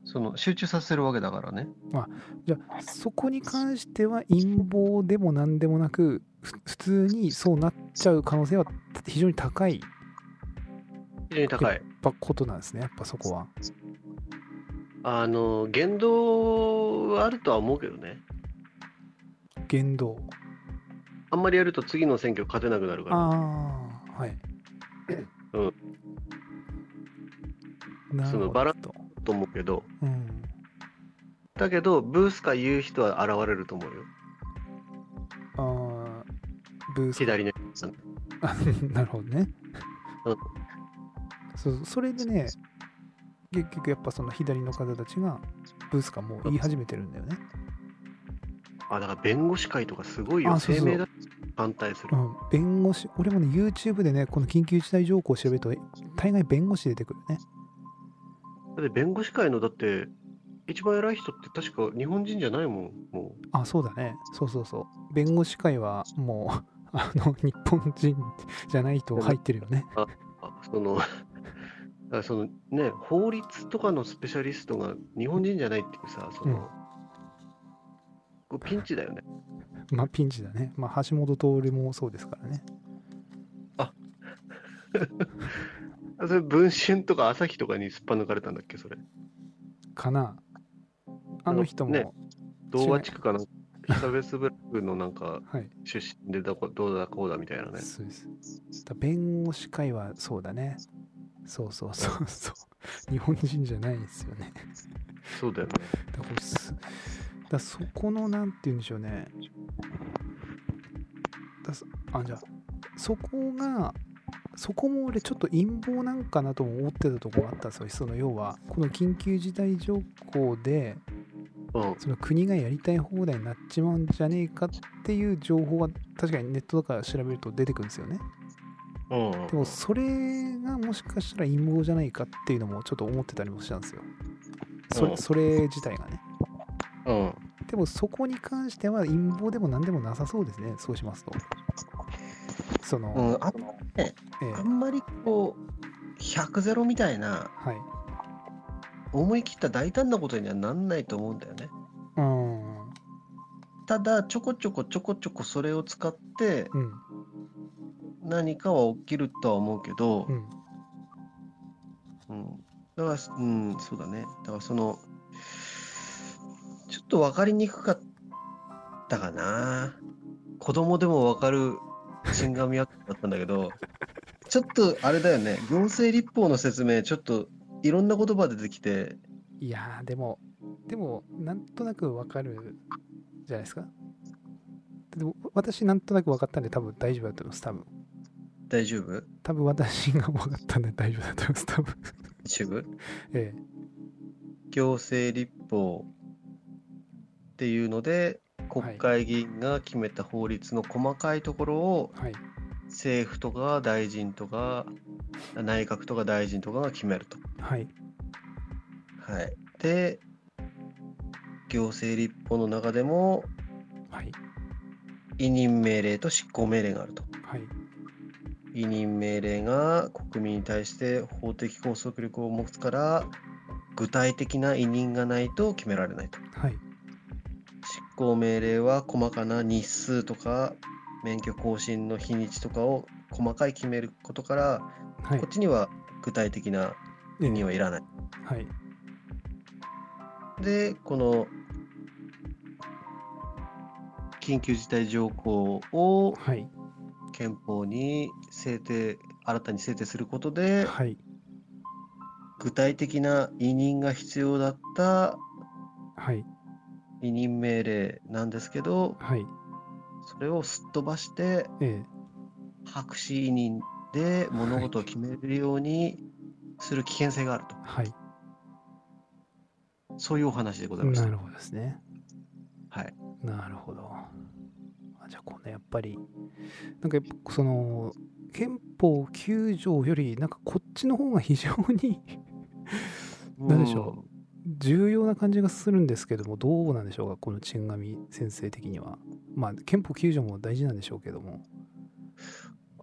その集中させるわけだからね。じゃあそこに関しては陰謀でも何でもなくふ普通にそうなっちゃう可能性は非常に高い非常に高い。やっぱことなんですねやっぱそこは。あの、言動はあるとは思うけどね。言動。あんまりやると次の選挙勝てなくなるから。ああはい。うんなるほど。そのバランと思うけど。うん。だけど、ブースか言う人は現れると思うよ。ああ、ブース。左の人さん。 なるほどねうん。そうそれでね、結局やっぱその左の方たちがブースかもう言い始めてるんだよね。あ、だから弁護士会とかすごいよ。あそうそう声明だ。反対するう。ん、弁護士、俺もね、YouTube でね、この緊急事態条項を調べると、大概弁護士出てくるね。だって弁護士会の、だって、一番偉い人って確か日本人じゃないもん。もう。あ、そうだね。そうそうそう。弁護士会はもう、あの、日本人じゃない人入ってるよね。あその だからそのね、法律とかのスペシャリストが日本人じゃないっていうさ、その、これピンチだよね。まあ、ピンチだね。まあ、橋本徹もそうですからね。それ文春とか朝日とかにすっぱ抜かれたんだっけそれかなあの人も、ね童話地区かなんかエリザベスブラックのなんかはい出身でどこ どうだこうだみたいなねそうですだ弁護士会はそうだねそうそうそうそう日本人じゃないんですよねそうだよねだからすだそこのなんて言うんでしょうねだそあじゃあそこがそこも俺ちょっと陰謀なんかなとも思ってたところがあったんですよその要はこの緊急事態条項でうんその国がやりたい放題になっちまうんじゃねえかっていう情報が確かにネットとか調べると出てくるんですよねうんうんでもそれがもしかしたら陰謀じゃないかっていうのもちょっと思ってたりもしたんですよそうんれそれ自体がねうんでもそこに関しては陰謀でも何でもなさそうですね、そうしますと。その、うん、あええあんまりこう100ゼロみたいなはい。思い切った大胆なことにはなんないと思うんだよね。うん、うん、ただちょこちょこちょこちょこそれを使って何かは起きるとは思うけどう、ん、うん、だから、うん、そうだね。だからその、ちょっと分かりにくかったかな。子供でも分かる新神役だったんだけど、ちょっとあれだよね、行政立法の説明、ちょっといろんな言葉出てきて、いやー、でも、でも、なんとなくわかるじゃないですか。でも私、なんとなく分かったんで、多分大丈夫だと思います、多分。大丈夫多分私が分かったんで大丈夫だと思います、多分。 大丈夫ええ。行政立法っていうので、国会議員が決めた法律の細かいところをはい。政府とか大臣とか内閣とか大臣とかが決めると。はい。はい、で行政立法の中でもはい。委任命令と執行命令があると。はい。委任命令が国民に対して法的拘束力を持つから具体的な委任がないと決められないと。はい。執行命令は細かな日数とか免許更新の日にちとかを細かい決めることからはいこっ。ちには具体的なええ委任はいらない。はい。でこの緊急事態条項をはい。憲法に制定新たに制定することではい。具体的な委任が必要だったはい。委任命令なんですけどはい。それをすっ飛ばしてええ。白紙委任で物事を決めるようにする危険性があるとはい。そういうお話でございましたなる。ほどですね。はい。なるほど。あじゃあ、このやっぱり、なんかやっぱその、憲法9条より、なんかこっちの方が非常になんでしょ重要な感じがするんですけども、どうなんでしょうか、このチェンガミ先生的には。まあ、憲法9条も大事なんでしょうけども。うん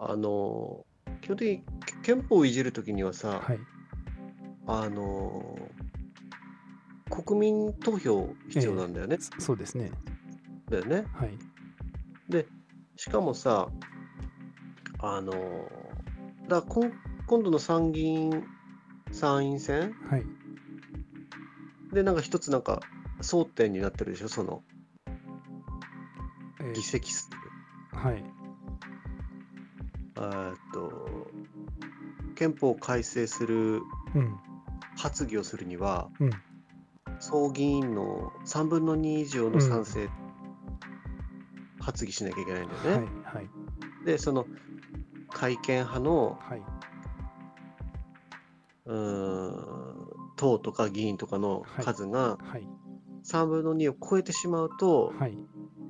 あの基本的に憲法をいじるときにはさ、はい。あのー国民投票必要なんだよね。そそうですね。だよね。はい。しかもさ、あのーだこん今度の参議院参院選はい。でなんか一つなんか争点になってるでしょそのえー議席数。はい。えーっと憲法を改正するうん。発議をするには、うん総議員の3分の2以上の賛成、発議しなきゃいけないんだよね。はい。はい。でその改憲派のはい。うーん党とか議員とかの数がはい。 3分の2を超えてしまうと、はい。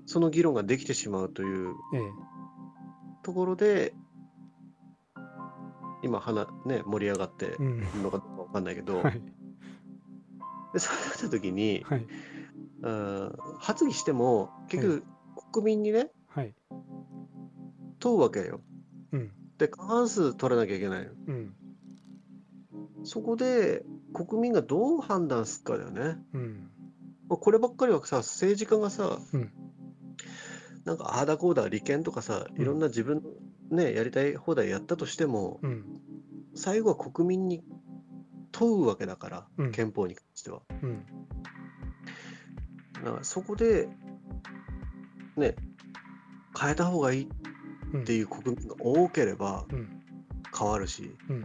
その議論ができてしまうというえーところで今花、ね、盛り上がってるうん。のかどうか分かんないけど、はい。でそうなった時に、はい。うーん発議しても結局国民にねはい。問うわけよ。うん。で過半数取らなきゃいけないのうん。そこで国民がどう判断するかだよね。うん。まあこればっかりはさ政治家がさ、うんなんかああだこうだ利権とかさいろんな自分の、ねやりたい放題やったとしてもうん。最後は国民に問うわけだから、うん憲法に関しては。うんだからそこで、ね、変えた方がいいうんっていう国民が多ければうん変わるし、うん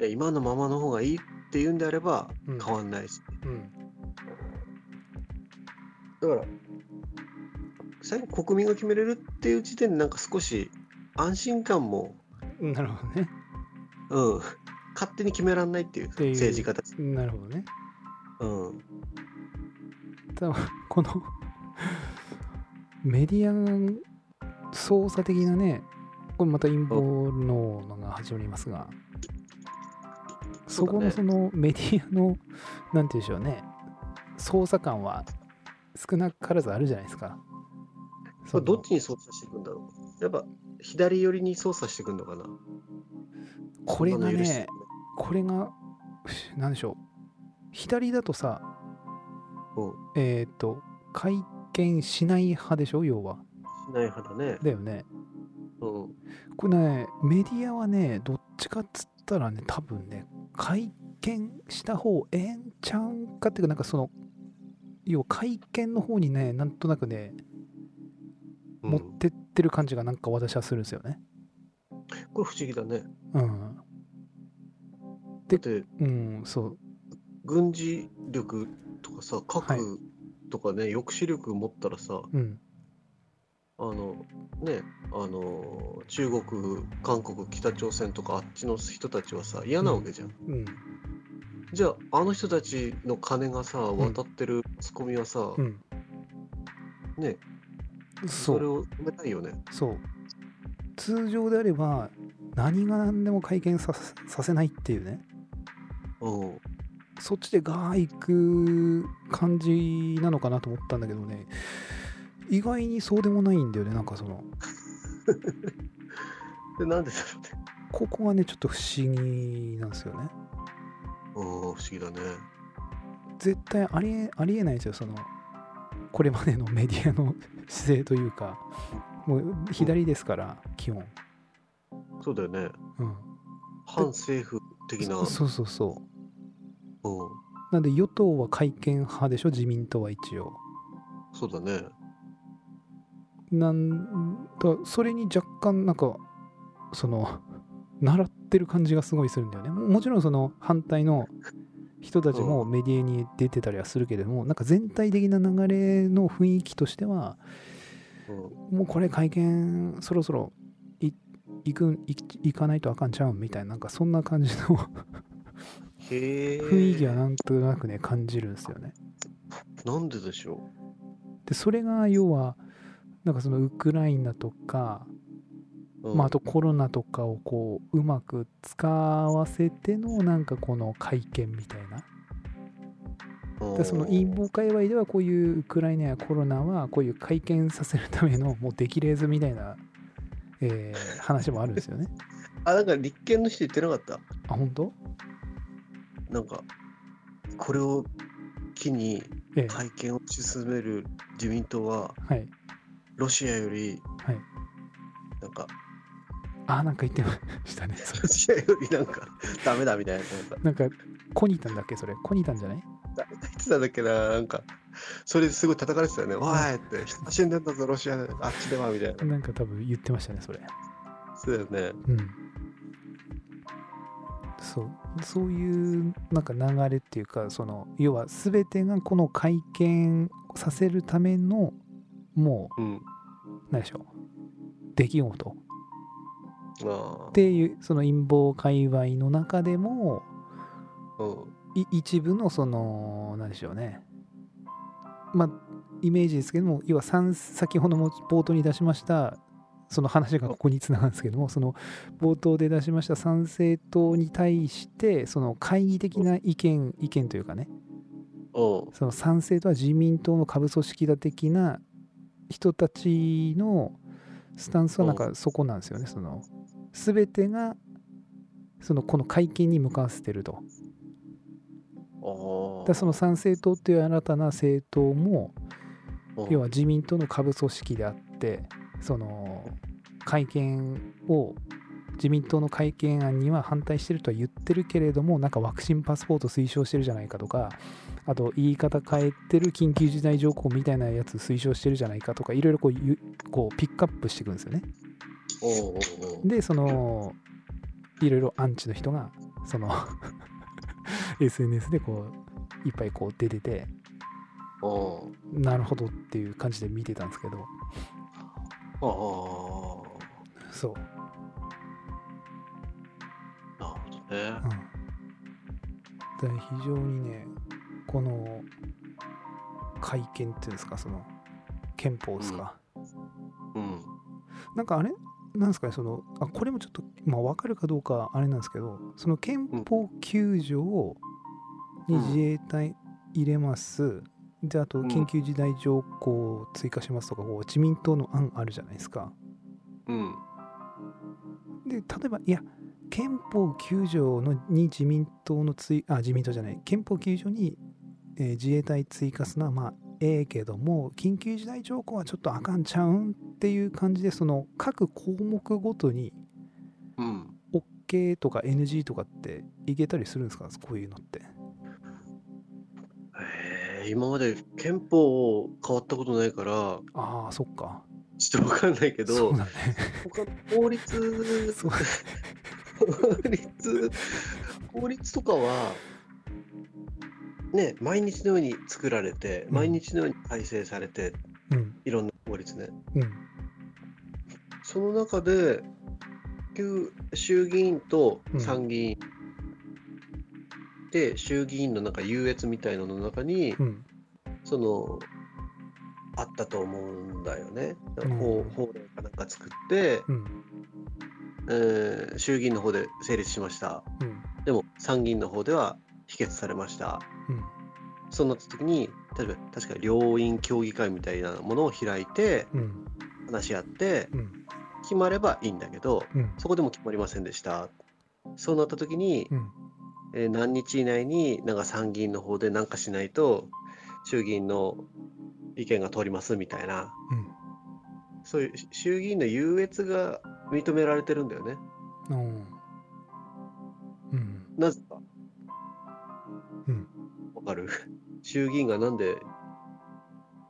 いや今のままの方がいいっていうんであればうん変わんないし、うんだから最後国民が決めれるっていう時点でなんか少し安心感も、なるほどねうん、 勝手に決めらんないっていうていう政治家たち、なるほどねうん、このメディア操作的なねこれまた陰謀論のが始まりますがそそうだこねのそのメディアのなんて言うんでしょうね操作感は少なからずあるじゃないですかこそれどのっちに操作していくんだろうやっぱ左寄りに操作していくのかなこれがそんなの許してねこれが何でしょう左だとさうん、しえっ、と会見しない派でしょ要はない派だね、だよねうん、これねメディアはねどっちかっつったらね多分ね会見した方ええんちゃうんかっていうかなんかその要は会見の方にねなんとなくねうん持ってってる感じがなんか私はするんですよねこれ不思議だねうんだってうんそう軍事力とかさはい核とかね、抑止力持ったらさうんあのねあの中国韓国北朝鮮とかあっちの人たちはさ嫌なわけじゃん、うんじゃああの人たちの金がさん渡ってるマスコミはさ、うんねそそうれを止めたいよねそう通常であれば何が何でも会見させさせないっていうねうんそっちでガー行く感じなのかなと思ったんだけどね意外にそうでもないんだよねなんかそのでなんでだろうねここがねちょっと不思議なんですよねうん不思議だね絶対ありえありえないですよそのこれまでのメディアの 姿勢というかもう左ですから基本そうだよねうん反政府的なそそうそうそううんなんで与党は改憲派でしょ自民党は一応そうだねなんだそれに若干なんかその 習ってる感じがすごいするんだよねももちろんその反対の人たちもメディアに出てたりはするけれどもなんか全体的な流れの雰囲気としてはうんもうこれ会見そろそろい行くい行かないとあかんちゃうんみたいななんかそんな感じのへえ雰囲気はなんとなくね感じるんですよね。なんででしょでそれが要はなんかそのウクライナとかう、うんまあ、あとコロナとかをこううまく使わせてのなんかこの会見みたいなうんでその陰謀界隈ではこういうウクライナやコロナはこういう会見させるためのもうできれずみたいな、え ー話もあるんですよねあなんか立憲の人言ってなかったあ本当なんかこれを機にええ会見を推し進める自民党ははいロシアより、はいなんかあなんか言ってましたねそれロシアよりなんか ダメだみたいななんかなんかコニタンだっけそれコニタンじゃないダメだ言ってたんだっけななんかそれですごい叩かれてたよね「おい!」って「人が死んでんだぞロシアであっちでは」みたいななんか多分言ってましたねそれそうだよねうんそうそういうなんか流れっていうかその要は全てがこの会見させるためのもうんう何でしょう出来事っああていうその陰謀界隈の中でもうんい一部のその何でしょうねまあイメージですけども要は三先ほども冒頭に出しましたその話がここにつながるんですけどもその冒頭で出しました参政党に対してその懐疑的な意見意見というかねうんその参政党は自民党の下部組織だ的な人たちのスタンスはなんかそこなんですよねその全てがそのこの会見に向かわせてると。あだからその参政党っていう新たな政党もの要は自民党の下部組織であってその会見を自民党の改憲案には反対してるとは言ってるけれども、なんかワクチンパスポート推奨してるじゃないかとか、あと言い方変えてる緊急事態条項みたいなやつ推奨してるじゃないかとか、いろいろこうゆこうピックアップしていくんですよね。おうおうおうで、その、いろいろアンチの人が、その、SNS でこう、いっぱいこう出てて、おうなるほどっていう感じで見てたんですけど、ああそう。なるほどねうん、で非常にねこの改憲っていうんですかその憲法ですか、うんなんかあれなんですかねそのあこれもちょっと、まあ、分かるかどうかあれなんですけどその憲法9条をにうん自衛隊入れます、であとうん緊急事態条項を追加しますとか、こう自民党の案あるじゃないですか、うんで例えばいや憲法9条のに自民党の追あ自民党じゃない憲法9条に、えー自衛隊追加すのはまあええけども緊急事態条項はちょっとあかんちゃうんっていう感じでその各項目ごとにうん、 OK とか NG とかっていけたりするんですかこういうのってえー今まで憲法変わったことないからああそっかちょっとわかんないけそどうだね 他の法律そうだね法律法律とかはね毎日のように作られてうん毎日のように改正されて、うんいろんな法律ねうんその中で旧衆議院とうん参議院、で衆議院のなんか優越みたいなのの中に、うんそのあったと思うんだよね。ん法法令かなんか作って、うんえー衆議院の方で成立しました。うんでも参議院の方では否決されました。うんそうなった時に例えば確か両院協議会みたいなものを開いてうん話し合ってうん決まればいいんだけどうんそこでも決まりませんでした。そうなった時に、うんえー何日以内になんか参議院の方で何かしないと衆議院の意見が通りますみたいなそういうし衆議院の優越が認められてるんだよね。うんうんうんなぜか。うん。わかる 衆議院がなんで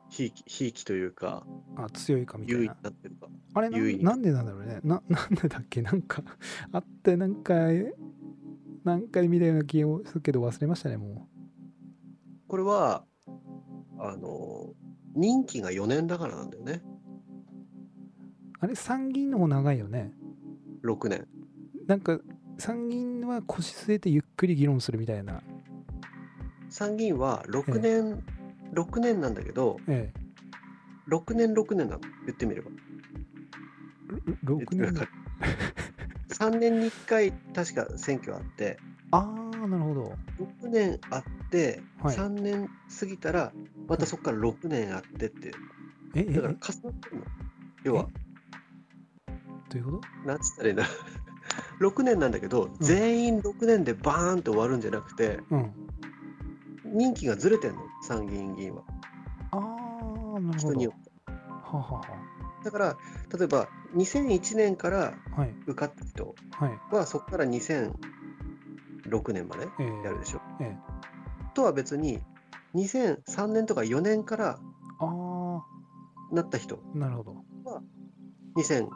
ひいきひいきというかあ強いかみたい優位にななってるか。あれな優位んになんでなんだろうねな なんでだっけなんか あってなんかなんかで見たような気をするけど忘れましたねもこれはあの任期が4年だからなんだよね。うあれ参議院の方長いよね6年。なんか参議院は腰据えてゆっくり議論するみたいな参議院は6年、6年なんだけどええ6年6年なの言ってみれば。ろ6年だ 3年に1回確か選挙あってああなるほど6年あって、はい3年過ぎたらまたそこから6年あってってえええだどから重なってんの要はういうことなんつったらいいん だ6年なんだけど、全員6年でバーンと終わるんじゃなくてうん任期がずれてんの参議院議員はああなる人ほにどはよってあはだから例えば2001年からあはあはい受かった人はいはそこから2006年までええやるでしょ、ええとは別に2003年とか4年からああなった人なるほど2008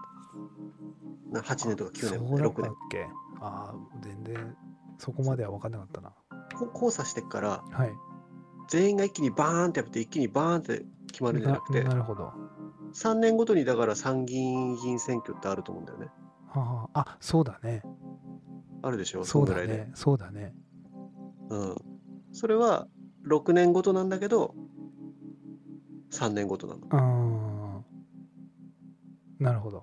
年とか9年そうだっ6たっ年けああ全然そこまでは分かんなかったなこう交差してっからはい全員が一気にバーンってやって一気にバーンって決まるんじゃなくてななるほどは3年ごとにだから参議院議員選挙ってあると思うんだよね。あはああそうだねあるでしょそうのぐだらいで。ねそうだねうん。それは6年ごとなんだけど、3年ごとなの。うーんなるほど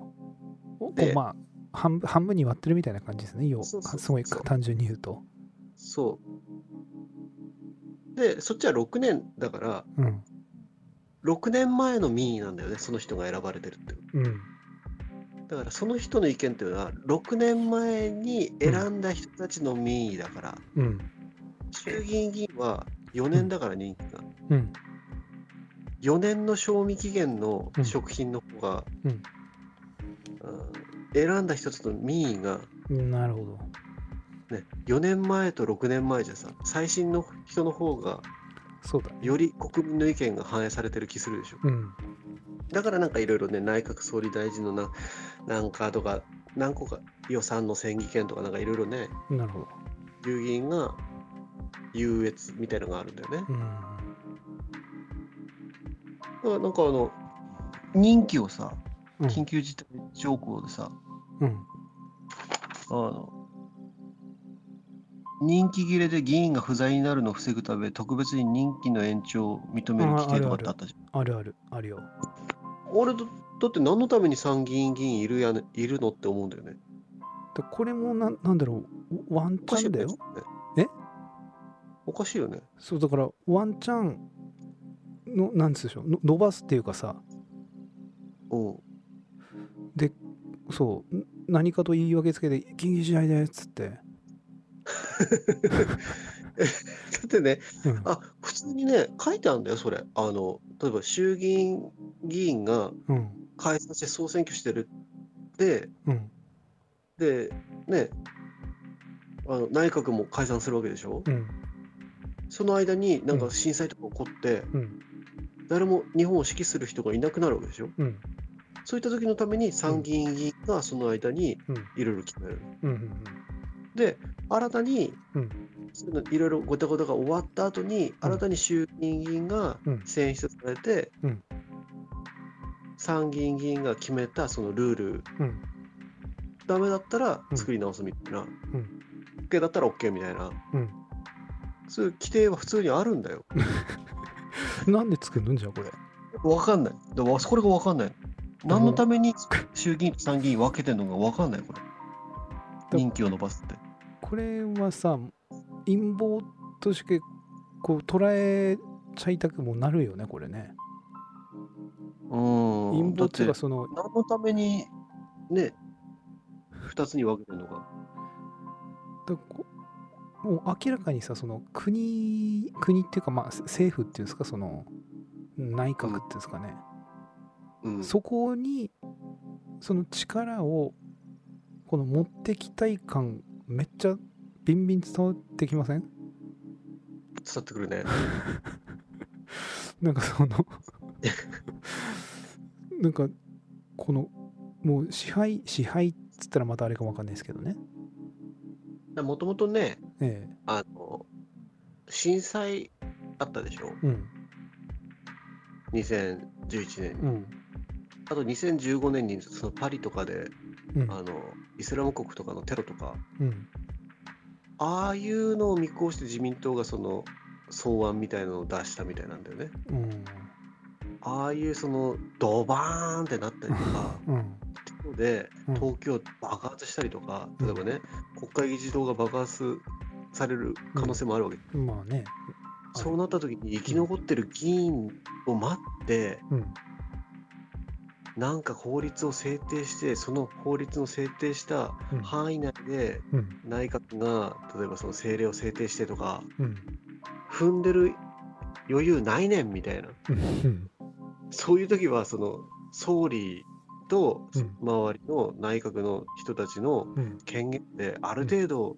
おこうでまあ半分半分に割ってるみたいな感じですね要そうそうそうすごい単純に言うとそう。で、そっちは6年だから、うん6年前の民意なんだよね、その人が選ばれてるって。うんだからその人の意見っていうのは、6年前に選んだ人たちの民意だから、うん衆議院議員は4年だから任期が。うん4年の賞味期限のうん食品の方が、うんうん選んだ一つの民意が、なるほど。ね、4年前と6年前じゃさ、最新の人の方が、そうだね。より国民の意見が反映されてる気するでしょ。うん。だからなんかいろいろね、内閣総理大臣のななんかとか、何個か予算の選議権とか、なんかいろいろね、なるほど。衆議院が優越みたいのがあるんだよね。うん。だからなんかあの、任期をさ、うん緊急事態条項でさ、うん。あの、任期切れで議員が不在になるのを防ぐため、特別に任期の延長を認める規定とかってあったじゃん。あるある、あるよ。俺だだって何のために参議院議員いるやねいるのって思うんだよね。でこれもな、なんだろう、ワンおチかしいャンだねよ。。えおかしいよね。そう、だから、ワンチャンの、なんつうでしょうの、伸ばすっていうかさ、うん。 そう、ん何かと言い訳つけて、緊急事態だよっつって。だってね、うん。あ普通にね、書いてあるんだよ、それ。あの例えば衆議院議員がうん。解散して総選挙してるで、うん。で、ね、あの内閣も解散するわけでしょ。うん。その間になんうかん震災とか起こって、うん。誰も日本を指揮する人がいなくなるわけでしょ。うん。そういった時のために参議院議員がその間にうんいろいろ決める。うん。うん。で、新たにうんそういうのいろいろごたごたが終わった後に、新たに衆議院議員がうん選出されて、うん参議院議員が決めたそのルール、うんダメだったらうん作り直すみたいな、ん OK だったら OK みたいな、うんそういう規定は普通にあるんだよ。うんなんで作るんじゃあ、これ。わかんない。だからそれがわかんない。何のために衆議院と参議院分けてるのかわかんない、これ。任期を伸ばすって。これはさ陰謀としてこう捉えちゃいたくもなるよねこれねうん。陰謀っていうかだてその何のために、ね、2つに分けてるのか。だこもう明らかにさその国国っていうかまあせ政府っていうんですかその内閣っていうんですかね、うん。そこにその力をこの持ってきたい感めっちゃビンビン伝わってきません 伝わってくるね。なんかその なんかこのもう支配支配っつったらまたあれかもわかんないですけどねもともとね、えあの、震災あったでしょ。えうん2011年に。うんあと2015年にそのパリとかで、うんあの、イスラム国とかのテロとか、うんああいうのを見越して自民党がその草案みたいなのを出したみたいなんだよね。うんああいうそのドバーンってなったりとか、うんテロでうん東京爆発したりとか、うん例えばね、国会議事堂が爆発される可能性もあるわけ、まあねいそうなった時に生き残ってる議員を待って、うんなんか法律を制定して、その法律の制定したうん範囲内でうん内閣が例えばその政令を制定してとか、うん踏んでる余裕ないねんみたいな。うんそういう時はその総理とうん周りの内閣の人たちのうん権限である程度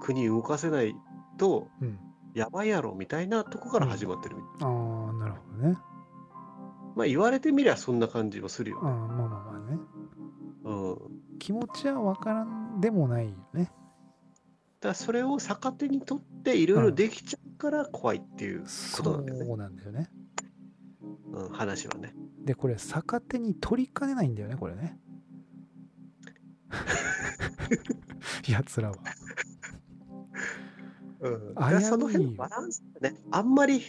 国動かせないとうんやばいやろみたいなとこから始まってるみたあい、あなるほどねまあ言われてみりゃそんな感じもするあよーまあね、まあまあねうん、だ気持ちはわからんでもないよねからそれを逆手にとっていろいろできちゃうから怖いっていうことそなんだよね、うなんだよねうん、話はねでこれ逆手に取りかねないんだよねこれ ねやつらはう危ういん、だからその辺のバランスだねあんまり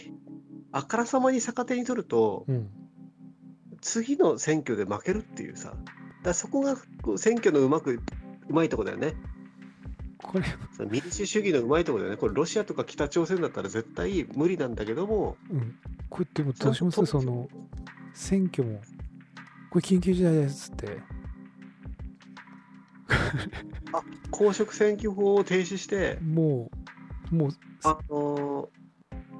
あからさまに逆手に取ると、うん次の選挙で負けるっていうさ、だからそこがこう選挙のうまく、うまいとこだよね。これ、その民主主義のうまいとこだよね。これ、ロシアとか北朝鮮だったら絶対無理なんだけども、うん、これでもどうしますその選挙もこれ緊急事態ですっつって公職選挙法を停止して、もうもうあのー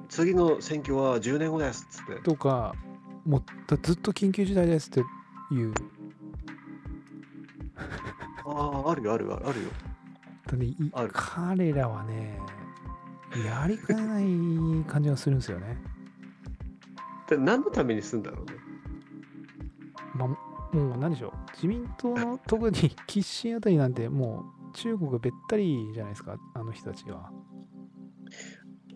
次の選挙は10年後ですっつって。とかもうだずっと緊急事態ですっていうああ、あるよ、あるよ、あるよ。とね、いある彼らはね、やりかねない感じがするんですよね。で何のためにすんだろうね。まあ、もう何でしょう、自民党の特にキッシンあたりなんて、もう中国がべったりじゃないですか、あの人たちは。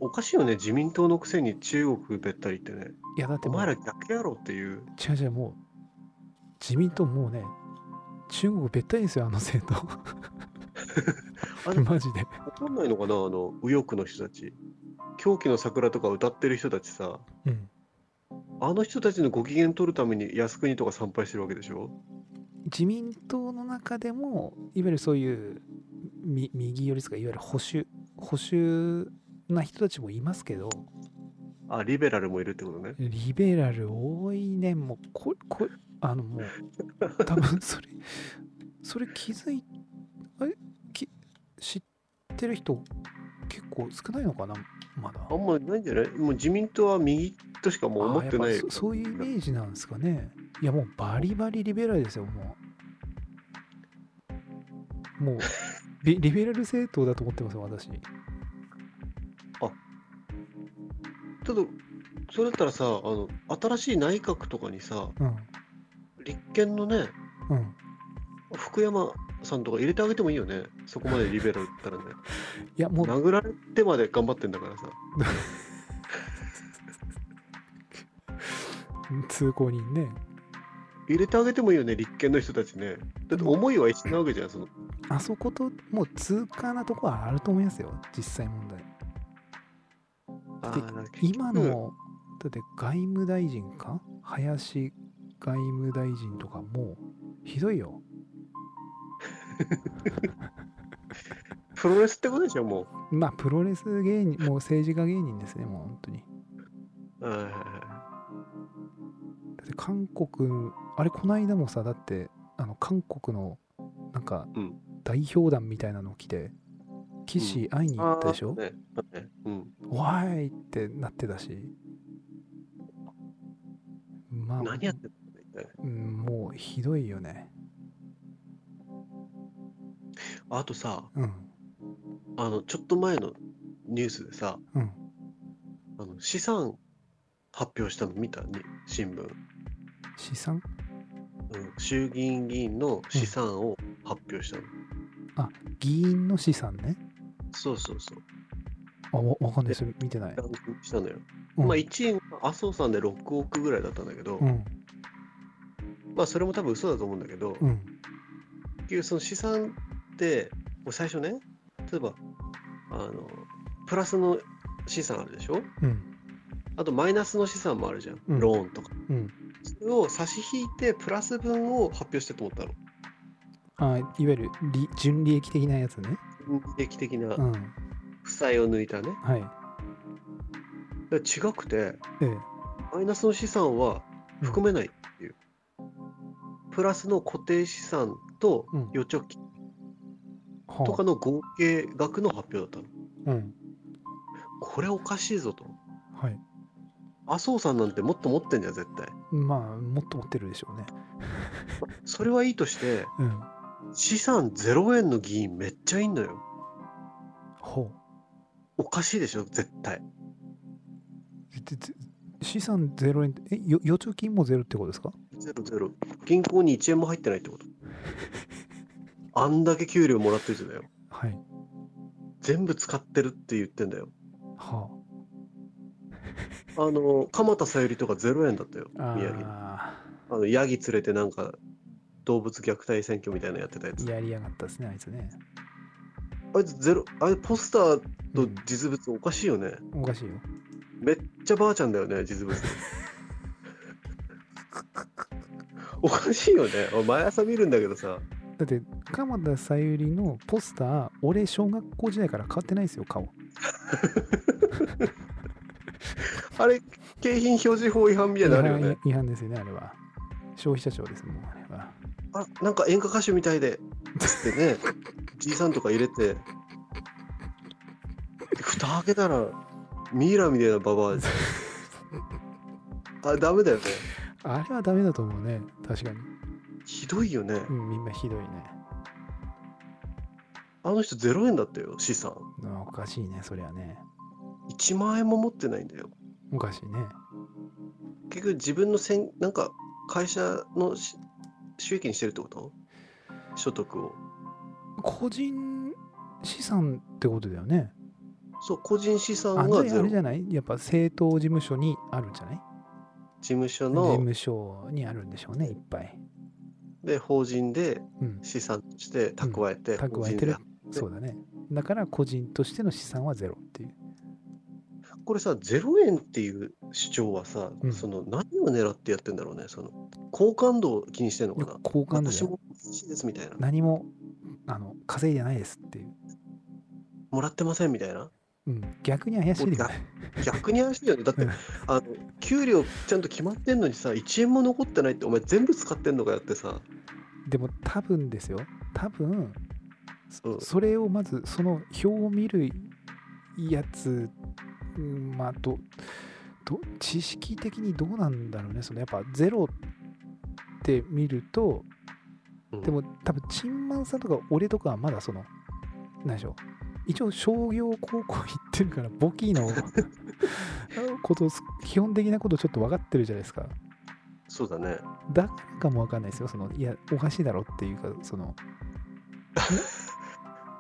おかしいよね、自民党のくせに中国べったりってね。いや、だっておもう、前ら違逆やろっていう。う違う、もう、自民党もうね、中国べったりですよ、あの政党。あ のマジで。わかんないのかな、あの、右翼の人たち。狂気の桜とか歌ってる人たちさ、うん。あの人たちのご機嫌取るために靖国とか参拝してるわけでしょ自民党の中でも、いわゆるそういう、み右寄りですか、いわゆる保守、保守な人たちもいますけど、あ、リベラルもいるってことね。リベラル多いね、もう、ここあの、も う、多分それ、それ気づい、あれき知ってる人、結構少ないのかな、まだ。あんまないんじゃないもう自民党は右としかもう思ってあなやいっぱ。そそういうイメージなんですかね。いや、もうバリバリリベラルですよ、もう。 もう、リリベラル政党だと思ってますよ、私。ただ、それだったらさ、あの、新しい内閣とかにさ、うん、立憲のね、うん。福山さんとか入れてあげてもいいよね。そこまでリベラルだったらね。いや、もう、殴られてまで頑張ってんだからさ。通行人ね。入れてあげてもいいよね、立憲の人たちね。だって思いは一緒なわけじゃん、その。あそこと、もう通過なとこはあると思いますよ、実際問題。あーなんか結局今の、だって外務大臣か林外務大臣とかもうひどいよ。プロレスってことでしょ、もまあプロレス芸人、もう政治家芸人ですね、もう本当に。う。はいはいはだって韓国、あれこないだもさ、だってあの韓国のなんかうん代表団みたいなの来て、岸会いにい行ったでしょあー、ねだってねうん。わーいってなってたし。まあ、何やってんの一体うんもうひどいよね。あとさ、うん。あの、ちょっと前のニュースでさ、うん。あの資産発表したの見たに新聞、資産うん衆議院議員の資産を発表したの。議員の資産ね。そうそうそう。あ、わわかんないです。見てない。ランキングしたのよ。うん、まあ1位が麻生さんで6億ぐらいだったんだけど、うん、まあそれも多分嘘だと思うんだけど、うん、結局その資産って、もう最初ね、例えば、あの、プラスの資産あるでしょうん、あとマイナスの資産もあるじゃん。うんローンとか。うん。それを差し引いてプラス分を発表してと思ったの。あいわゆる利純利益的なやつね。利益的なうん、負債を抜いたね。はい。で違くて、ええ、マイナスの資産は含めないっていう。プラスの固定資産とうん預貯金はとかの合計額の発表だったの。うん、これおかしいぞと。はい。麻生さんなんてもっと持ってんじゃん、絶対。まあ、もっと持ってるでしょうね。それはいいとして、うん、資産0円の議員めっちゃいんのよ。ほおかしいでしょ、絶対。う。ぜぜ資産ゼロ円って、え、よ預貯金もゼロってことですかゼロゼロ。銀行に1円も入ってないってこと。あんだけ給料もらってる人だよ。はい。全部使ってるって言ってんだよ。はあの、鎌田さゆりとか0円だったよ、あ。宮城。ああのヤギ連れてなんか動物虐待選挙みたいなのやってたやつー。やりやがったですね、あいつね。あいつゼロあれポスターうとん実物おかしいよね、おかしいよ。めっちゃばあちゃんだよね実物おかしいよね俺毎朝見るんだけどさだって、鎌田さゆりのポスター、俺、小学校時代から変わってないですよ、顔。あれ景品表示法違反みたいなのあるよね違反違反ですよね、あれは。消費者庁ですもん、あれは。あなんか演歌歌手みたいでつってねじいさんとか入れて蓋開けたらミイラみたいなババアですあダメだよねあれはダメだと思うね、確かに。ひどいよねうん、みんなひどいね。あの人0円だったよ、資産。あおかしいねそりゃね1万円も持ってないんだよ。おかしいね結局自分のせん、なんか会社のし収益にしてるってこと所得を。個人資産ってことだよねそう、個人資産あがれあゼロ。れじ事ゃないやっぱ政党事務所にあるんじゃない務所事の務所にあるんでしょうねいっぱい、で法人でうん、資産として蓄えて、蓄個え人てでるそうだねだから個人としての資産はゼロっていうこれさ0円っていう主張はさ、うんその何を狙ってやってんだろうねその好感度を気にしてんのかな交換私でも欲しいですみたいな何もあの稼いでないですっていう、もらってませんみたいなうん、逆に怪しいよねお逆に怪しいよねだってうんあの給料ちゃんと決まってんのにさ1円も残ってないってお前全部使ってんのかよってさでも多分ですよ多分うそんそれをまずその表を見るやつうんまあどど知識的にどうなんだろうねそのやっぱゼロって見るとうんでも多分チンマンさんとか俺とかはまだその何でしょう一応商業高校行ってるから簿記 のこと基本的なことちょっと分かってるじゃないですかそうだねだからかもわかんないですよ。その、いや、おかしいだろっていうか、そ の、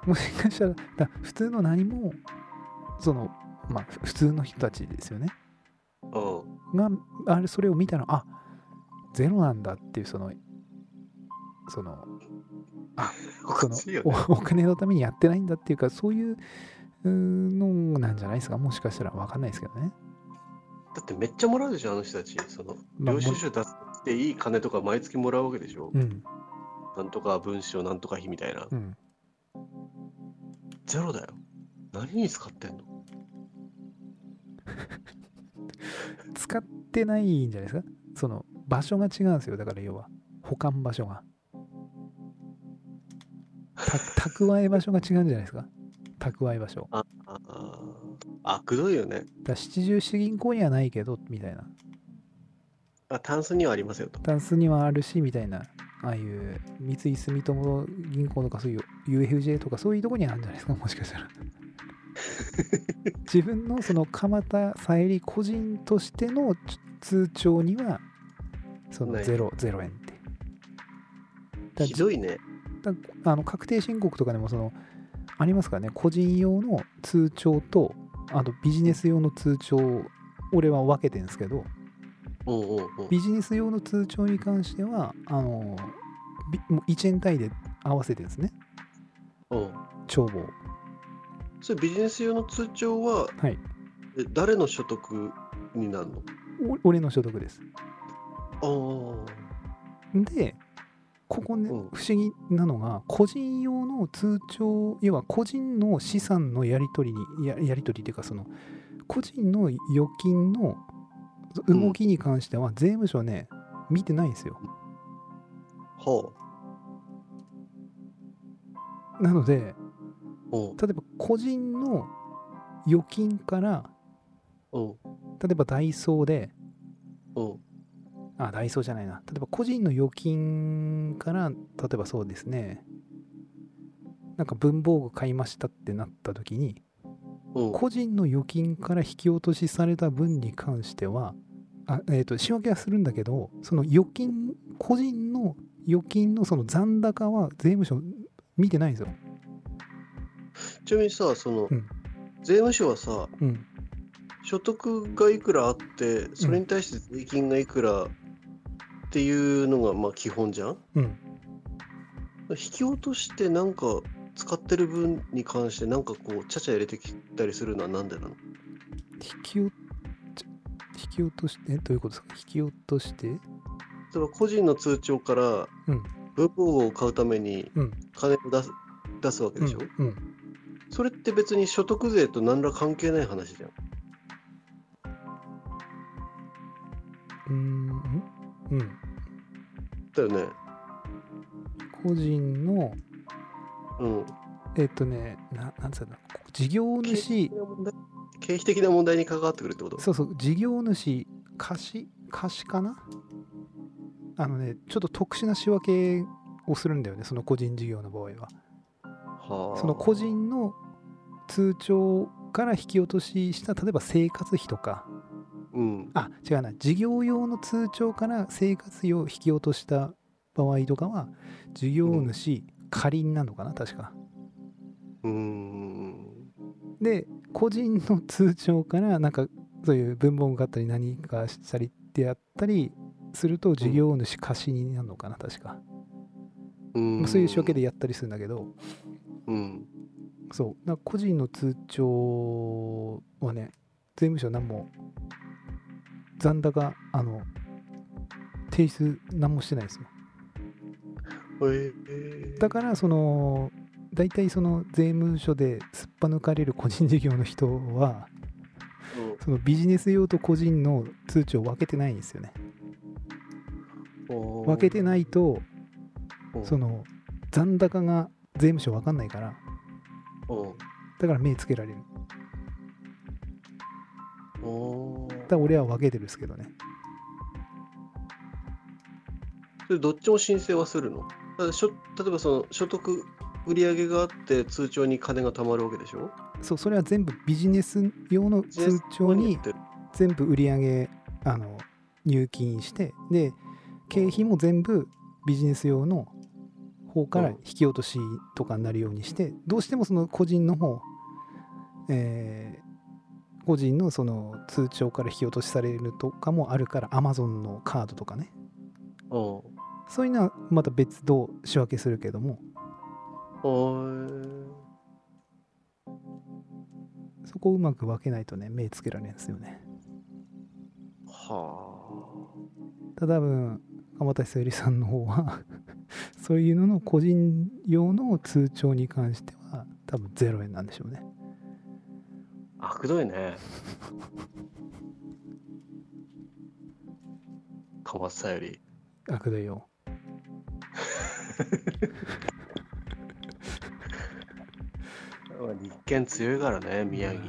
もしかしたら、だ普通の何も、その、まあ、ふ普通の人たちですよね。うんが、あれ、それを見たら、あゼロなんだっていう、その、その、おそかのしいよねおお金のためにやってないんだっていうか、そういううーのなんじゃないですか。もしかしたらわかんないですけどね。だってめっちゃもらうでしょあの人たちそのまあ領収書出していい金とか毎月もらうわけでしょ、うん、なんとか文章なんとか費みたいな、うん。ゼロだよ何に使ってんの使ってないんじゃないですか。その、場所が違うんですよ。だから、要は、保管場所が。た蓄え場所が違うんじゃないですか蓄え場所だかあああくどいよねら七十四銀行にはないけどみたいなあタンスにはありますよとタンスにはあるしみたいなああいう三井住友銀行とかそういう UFJ とかそういうとこにはあるんじゃないですかもしかした ら自分のその鎌田さゆり個人としての通帳にはそのないゼロゼロ円ってだひどいねだあの確定申告とかでもそのありますからね個人用の通帳とあとビジネス用の通帳を俺は分けてるんですけどうんうんうんビジネス用の通帳に関してはあのびもう1円単位で合わせてですねうん帳簿をそれビジネス用の通帳ははいえ誰の所得になるのお俺の所得ですあでここねう不ん思議なのが個人用の通帳要は個人の資産のやり取りにややり取りっていうかその個人の預金のうん動きに関しては税務署ね見てないんですよあはなのであうん例えば個人の預金からうん例えばダイソーでうんあダイソーじゃないな例えば個人の預金から例えばそうですねなんか文房具買いましたってなった時にうん個人の預金から引き落としされた分に関してはあ、えー、と仕分けはするんだけどその預金個人の預金のその残高は税務署見てないんですよ。ちなみにさその、うん税務署はさうん、所得がいくらあってそれに対して税金がいくらっていうのがまあ基本じゃんうん、引き落としてなんか使ってる分に関してなんかこうちゃちゃ入れてきたりするのはなんでなの引き落ち引き落としてえどういうことですか引き落として例えば個人の通帳からうん文房具を買うためにうん金を出す,、出すわけでしょ、うんうん、それって別に所得税と何ら関係ない話じゃんうーんうんだよね個人のうんえっ、とねななんつうんだろう事業主経費的な問題に関わってくるってことそうそう、事業主、貸し、貸しかなあのね、ちょっと特殊な仕分けをするんだよね、その個人事業の場合は。はあはあその個人の通帳から引き落としした例えば生活費とかうんあ違うな事業用の通帳から生活費を引き落とした場合とかは事業主仮になるのかな確かうーんで個人の通帳からなんかそういう文房具買ったり何かしたりってやったりすると事業主貸になるのかな確か、うまんあそういう仕分けでやったりするんだけど、うんそうだから個人の通帳はね税務署何も残高あの提出何もしてないですよえーだからその大体その税務署ですっぱ抜かれる個人事業の人はそのビジネス用と個人の通帳を分けてないんですよねうん分けてないとうんその残高が税務署分かんないからうんだから目つけられるおーだから俺は分けてるんですけどねそれどっちも申請はするのだからしょ例えばその所得売上があって通帳に金が貯まるわけでしょそうそれは全部ビジネス用の通帳にやってる全部売り上げあの入金してで経費も全部ビジネス用の方からうん引き落としとかになるようにしてどうしてもその個人の方、えー個人のその通帳から引き落としされるとかもあるから Amazon のカードとかねうんそういうのはまた別途仕分けするけどもはそこをうまく分けないとね目つけられるんですよねあはただ多分鎌田久由里さんの方は そういうのの個人用の通帳に関しては多分0円なんでしょうねああくどいねかまさより悪だよ立憲強いからね宮城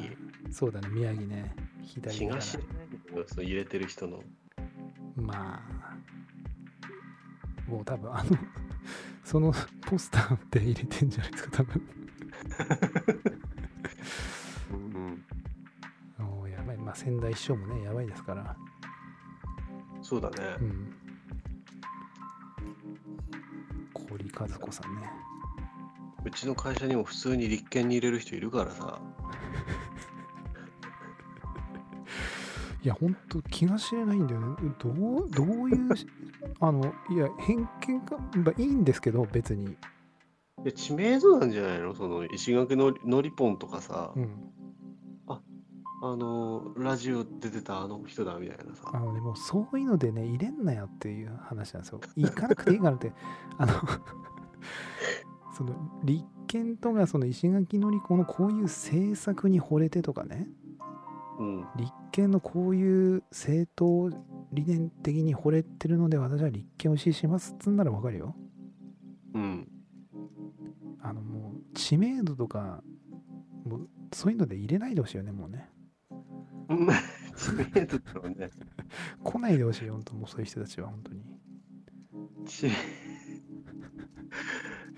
そうだね宮城ね左だから東ねそう入れてる人のまあもう多分あの そのポスターって入れてんじゃないですか多分うんもうやばいまあ仙台師匠もねやばいですからそうだねうん氷和子さんねうちの会社にも普通に立憲に入れる人いるからさいや、本当気が知れないんだよね。どう、どういう し、あの、いや、偏見か、まあいいんですけど、別に。いや知名度なんじゃないのその石垣のりのりぽんとかさ、うん。あのラジオ出てたあの人だみたいなあさのね、もうそういうのでね、入れんなよっていう話なんですよ。行かなくていいからって、あの、 その、立憲とか、その石垣のり子のこういう政策に惚れてとかね、うん立憲のこういう政党理念的に惚れてるので、私は立憲を支持しますっつんならわかるよ。うん あのもう知名度とかもうそういうので入れないでほしいよねもうねうん知名度だろうね来ないでほしいよ本当もうそういう人たちは本当に知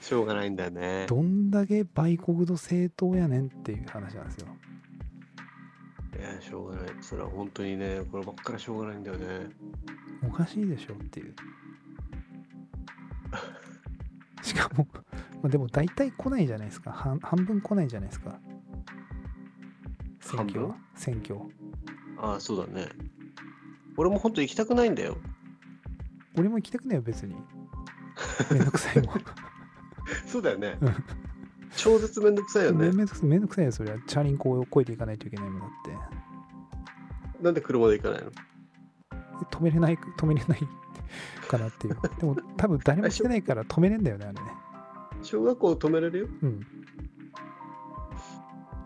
しょうがないんだよねどんだけ売国度政党やねんっていう話なんですよいやしょうがないそれは本当にねこればっかりしょうがないんだよねおかしいでしょっていう しかもまあでも大体来ないじゃないですか半半分来ないじゃないですか選挙は半選挙ああそうだね俺も本当行きたくないん だよ俺も行きたくないよ別 にめんどくさいもんそうだよねうん超絶めんどくさいよめねめんどくさいめんどくさいよそれはチャリンコを越えていかないといけないもんだってなんで車で行かないの止めれない止めれないかな っていうでも多分誰もしてないから止めれんだよねあれね小学校止めれるようん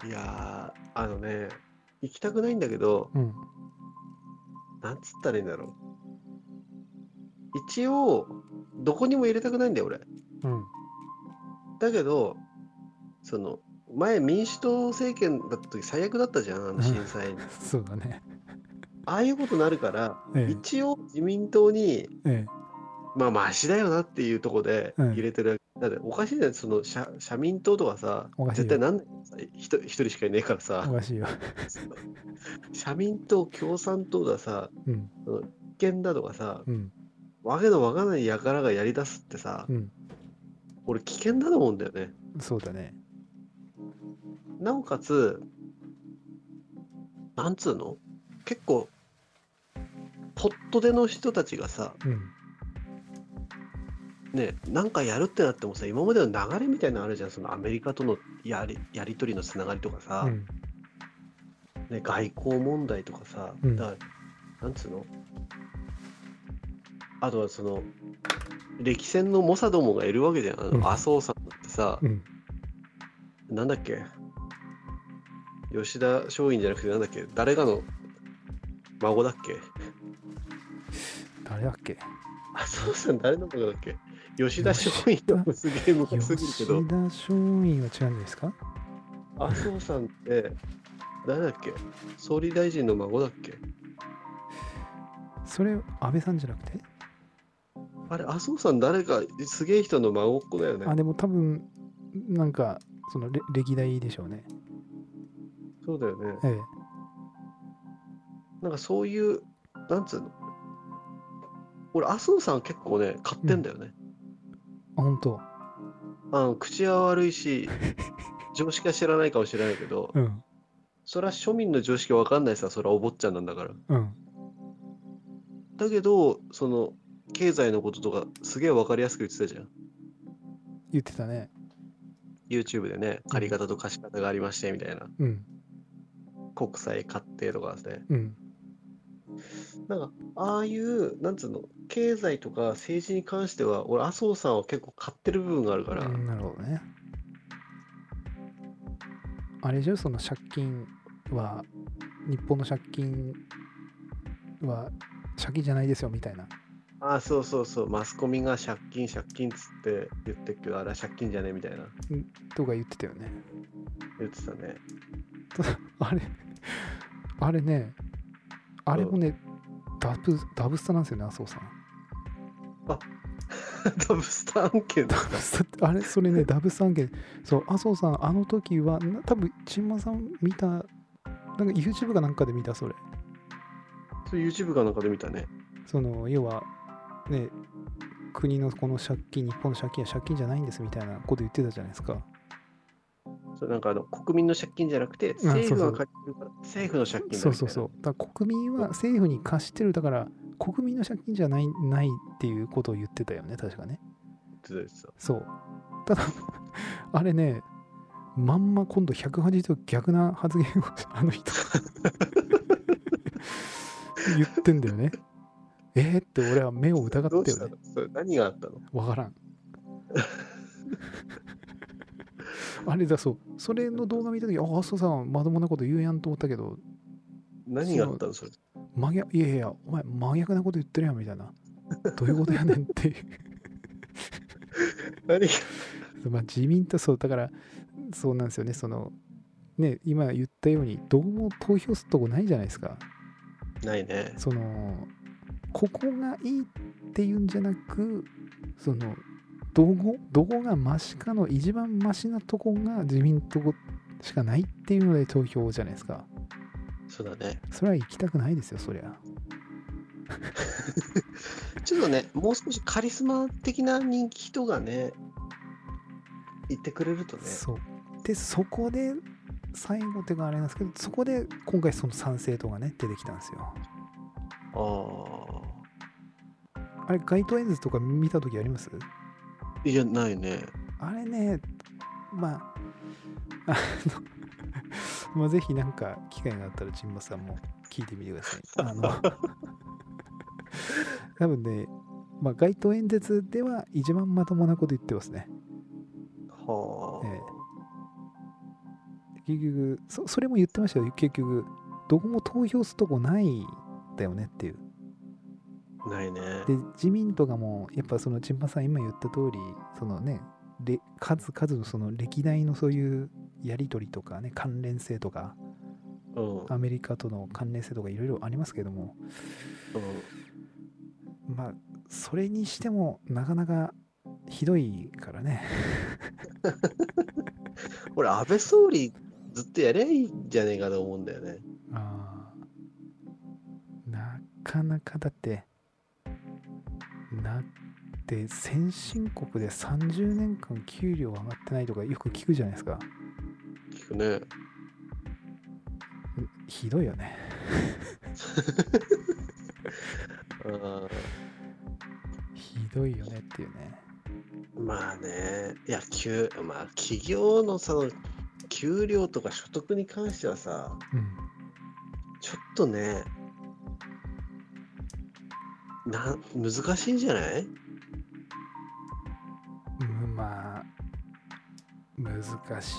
いやーあのね行きたくないんだけどうんなんつったらいいんだろう一応どこにも入れたくないんだよ俺うんだけどその前民主党政権だった時最悪だったじゃんあの震災そうだねああいうことになるからええ一応自民党にえまあマシだよなっていうとこでうん入れてるわけだっておかしいじゃん、その社社民党とかさおか、しいよ絶対なん一一人しかいないからおさ、かしいよ。社民党、共産党ださ、うん、立憲だとかさ、うん、わけのわかんない輩がやりだすってさ、うん。俺危険だと思うんだよね。そうだね。なおかつ、なんつうの結構、ポットでの人たちがさ、うん、ね、なんかやるってなってもさ、今までの流れみたいなのあるじゃん、そのアメリカとのやりやり取りのつながりとかさ、うん、ね、外交問題とかさ、うんだからなんつうのあとはその歴戦の猛者どもがいるわけじゃんあうんの麻生さんだってさう、ん。なんだっけ吉田松陰じゃなくてなんだっけ誰かの孫だっけ誰だっ け麻生さん誰の孫だっけ吉田松陰のすげえ昔すぎるけ吉ど田松陰は違うんですか麻生さんって誰だっけ総理大臣の孫だっけそれ、安倍さんじゃなくてあれ麻生さん誰かすげえ人の孫っ子だよねあ、でも多分、なんか、その、れ歴代でしょうね。そうだよねええ。なんかそういう、なんつうの俺、麻生さん結構ね、買ってんだよね。あ、本当。あの口は悪いし、常識は知らないかもしれないけど、うん、それは庶民の常識わかんないさ、それはお坊ちゃんなんだから。うん、だけど、その、経済のこととかすげえわかりやすく言ってたじゃん。言ってたね。 YouTube でね、借り方と貸し方がありまして、みたいな。うん、国債買ってとかですね。うん、なんか、ああいう、なんつうの、経済とか政治に関しては、俺、麻生さんは結構買ってる部分があるから、うんなるほどね。あれじゃその借金は、日本の借金は、借金じゃないですよみたいな。ああ、そうそうそう、マスコミが借金、借金っつって言ってっけど、あれは借金じゃねえみたいな、とか言ってたよね。 言ってたね。 あれ、あれね、あれもね、ダブダブスタなんですよね、麻生さん。ダブスター案件だ。さあれそれねダブス案件そう麻生さんあの時はな多分ちんまさん見たなんか YouTube かなんかで見たそれそう YouTube かなんかで見たね。その要はね国のこの借金日本の借金は借金じゃないんですみたいなこと言ってたじゃないですかそれなんかあの国民の借金じゃなくて、政府が借りてるから、政府の借金だそうそうそうだから国民は政府に貸してるだから国民の借金じゃないないっていうことを言ってたよね確かねう。言ってたそうただ あれねまんま今度180度逆な発言をあの人言ってんだよねえー、って俺は目を疑言っどうたしよたねのそれ何があったのわからん あれだそうそれの動画見た時あ麻生さんまともなこと言うやんと思ったけど何があったのそれ。真逆いやいやお前真逆なこと言ってるやんみたいなどういうことやねんっていう何がそう まあ、自民党、そう、だから、そうなんですよね、その、ね、今言ったように、どうも投票するとこないじゃないですか。ないね。その、ここがいいっていうんじゃなく、その、どこどこがマシかの一番マシなとこが自民党しかないっていうので投票じゃないですか。そうだね。それは行きたくないですよ、そりゃ。ちょっとね、もう少しカリスマ的な人気人がね、言ってくれるとね。そう。で、そこで、最後っていうかあれなんですけど、そこで今回その賛成党がね、出てきたんですよ。ああれ、街頭演説とか見たときありますあ。いや、ないね。あれね、まあ、あの、ま あ、ぜひなんか機会があったら、ちんまさんも聞いてみてください。あの、多分ね、まあ、街頭演説では一番まともなこと言ってますね。はあ。え結局そ、それも言ってましたよ。結局、どこも投票するとこないんだよねっていう。ないね。で、自民とかも、やっぱその、ちんまさん今言った通り、そのね、れ数々のその歴代のそういうやり取りとかね、関連性とか、うん。うんアメリカとの関連性とかいろいろありますけども、まあ、それにしても、なかなかひどいからね。俺、安倍総理ずっとやりゃいいんじゃねえかと思うんだよね。あーなかなかだってなって先進国で30年間給料上がってないとかよく聞くじゃないですか聞くね。ひどいよねあひどいよねっていうねーまあね、いや、給まあ、企業のその給料とか所得に関してはさ、うんちょっとね、な難しいんじゃないうんまあ難し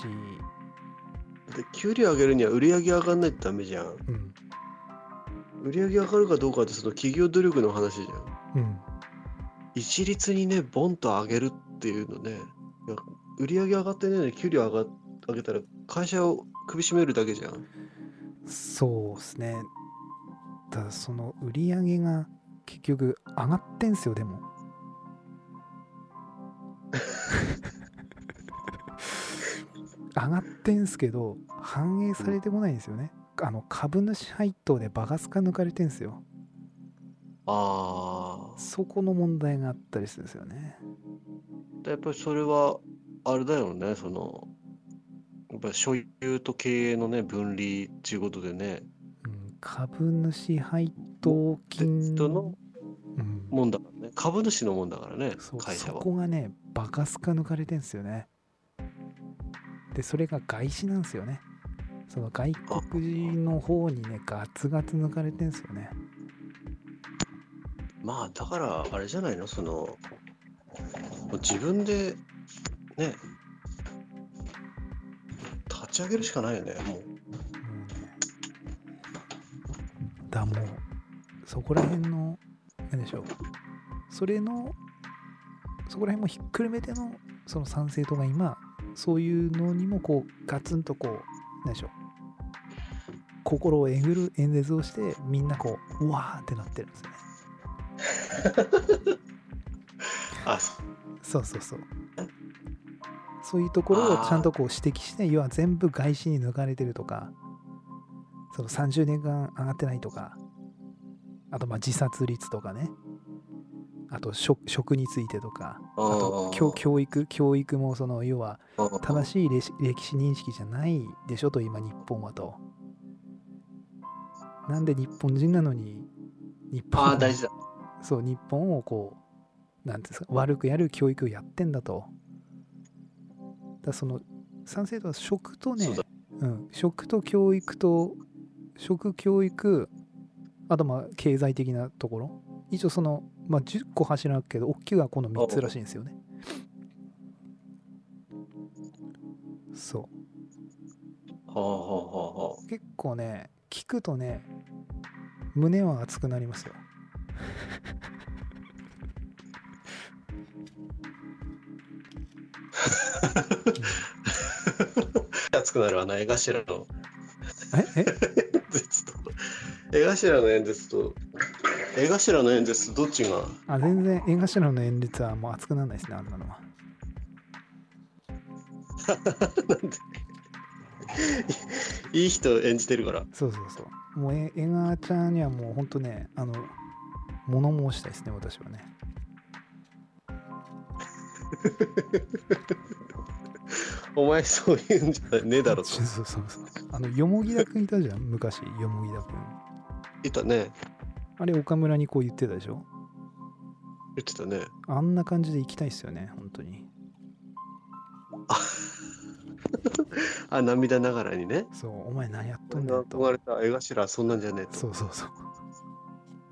い、で給料上げるには売り上げ上がんないとダメじゃん。うん売り上げ上がるかどうかってその企業努力の話じゃん。うん、一律にね、ボンと上げるっていうのね、いや売り上げ上がってないのに給料上が上げたら会社を首絞めるだけじゃん。そうですねただその売り上げが結局上がってんすよでも上がってんすけど反映されてこないんですよね、あの株主配当でバカスカ抜かれてんすよああ。そこの問題があったりするんですよねやっぱりそれは、あれだよね、その、やっぱり所有と経営のね、分離っていうことでね、うん株主配当金人のうんもんだからね、株主のもんだからねそ、う会社そは。こがねバカスカ抜かれてんすよねでそれが外資なんですよねその外国人の方にねガツガツ抜かれてんすよねまあ、だから、あれじゃないの、その、もう自分で、ね、立ち上げるしかないよね、もう。もうねだもうそこら辺の何でしょうそれのそこら辺もひっくるめてのその参政党が今そういうのにもこうガツンとこう何でしょう心をえぐる演説をしてみんなこううわーってなってるんですよねあ、そそうそうそうそういうところをちゃんとこう指摘して要は全部外資に抜かれてるとかその30年間上がってないとかあとまあ自殺率とかねあと職職についてとかああと教教育教育もその要は正ししい歴史歴史認識じゃないでしょと今日本はとなんで日本人なのに日本あはあ、大事だ。そう日本をこうなんていうんですか悪くやる教育をやってんだとだからその賛成とは食とねそうだうん、食と教育と食教育あとまあ経済的なところ一応その、まあ、10個柱あるけど大きくはこの3つらしいんですよねそほうほうほうほう結構ね聞くとね胸は熱くなりますよう。熱くなるわな、江頭のええ演説と。 江頭の演説と、江頭の演説とどっちがあ全然縁頭の演率はもう熱くならないですねあんなのはいい人演じてるから。そうそうそうもうえ縁側ちゃんにはもうほんとねあの物申したいですね私はねお前そういうんじゃねえだろとそ。うそうそうそうあのよもぎだくんいたじゃん昔よもぎだくん言ったね。あれ岡村にこう言ってたでしょ言ってたね。あんな感じで行きたいっすよね本当にあ、涙ながらにね。そうお前何やっとんだよ憧とれた江頭はそんなんじゃねえと。そうそうそう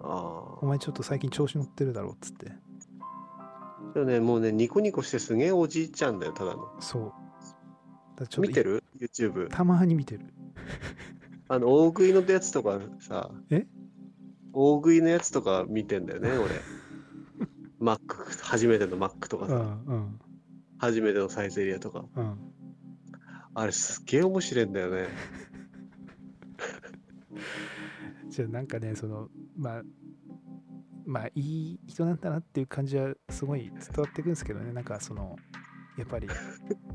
あお前ちょっと最近調子乗ってるだろうっつってあ。でもね、もうね、ニコニコしてすげえおじいちゃんだよ、ただの。そうだからちょっと見てる ?YouTube。たまに見てるあの、大食いのやつとかさ。え大食いのやつとか見てんだよね、俺。マック、初めてのマックとかうさ。んうん初めてのサイゼリアとか。うんあれすっげえ面白いんだよね。じゃあなんかねそのまあまあいい人なんだなっていう感じはすごい伝わってくるんですけどねなんかそのやっ ぱり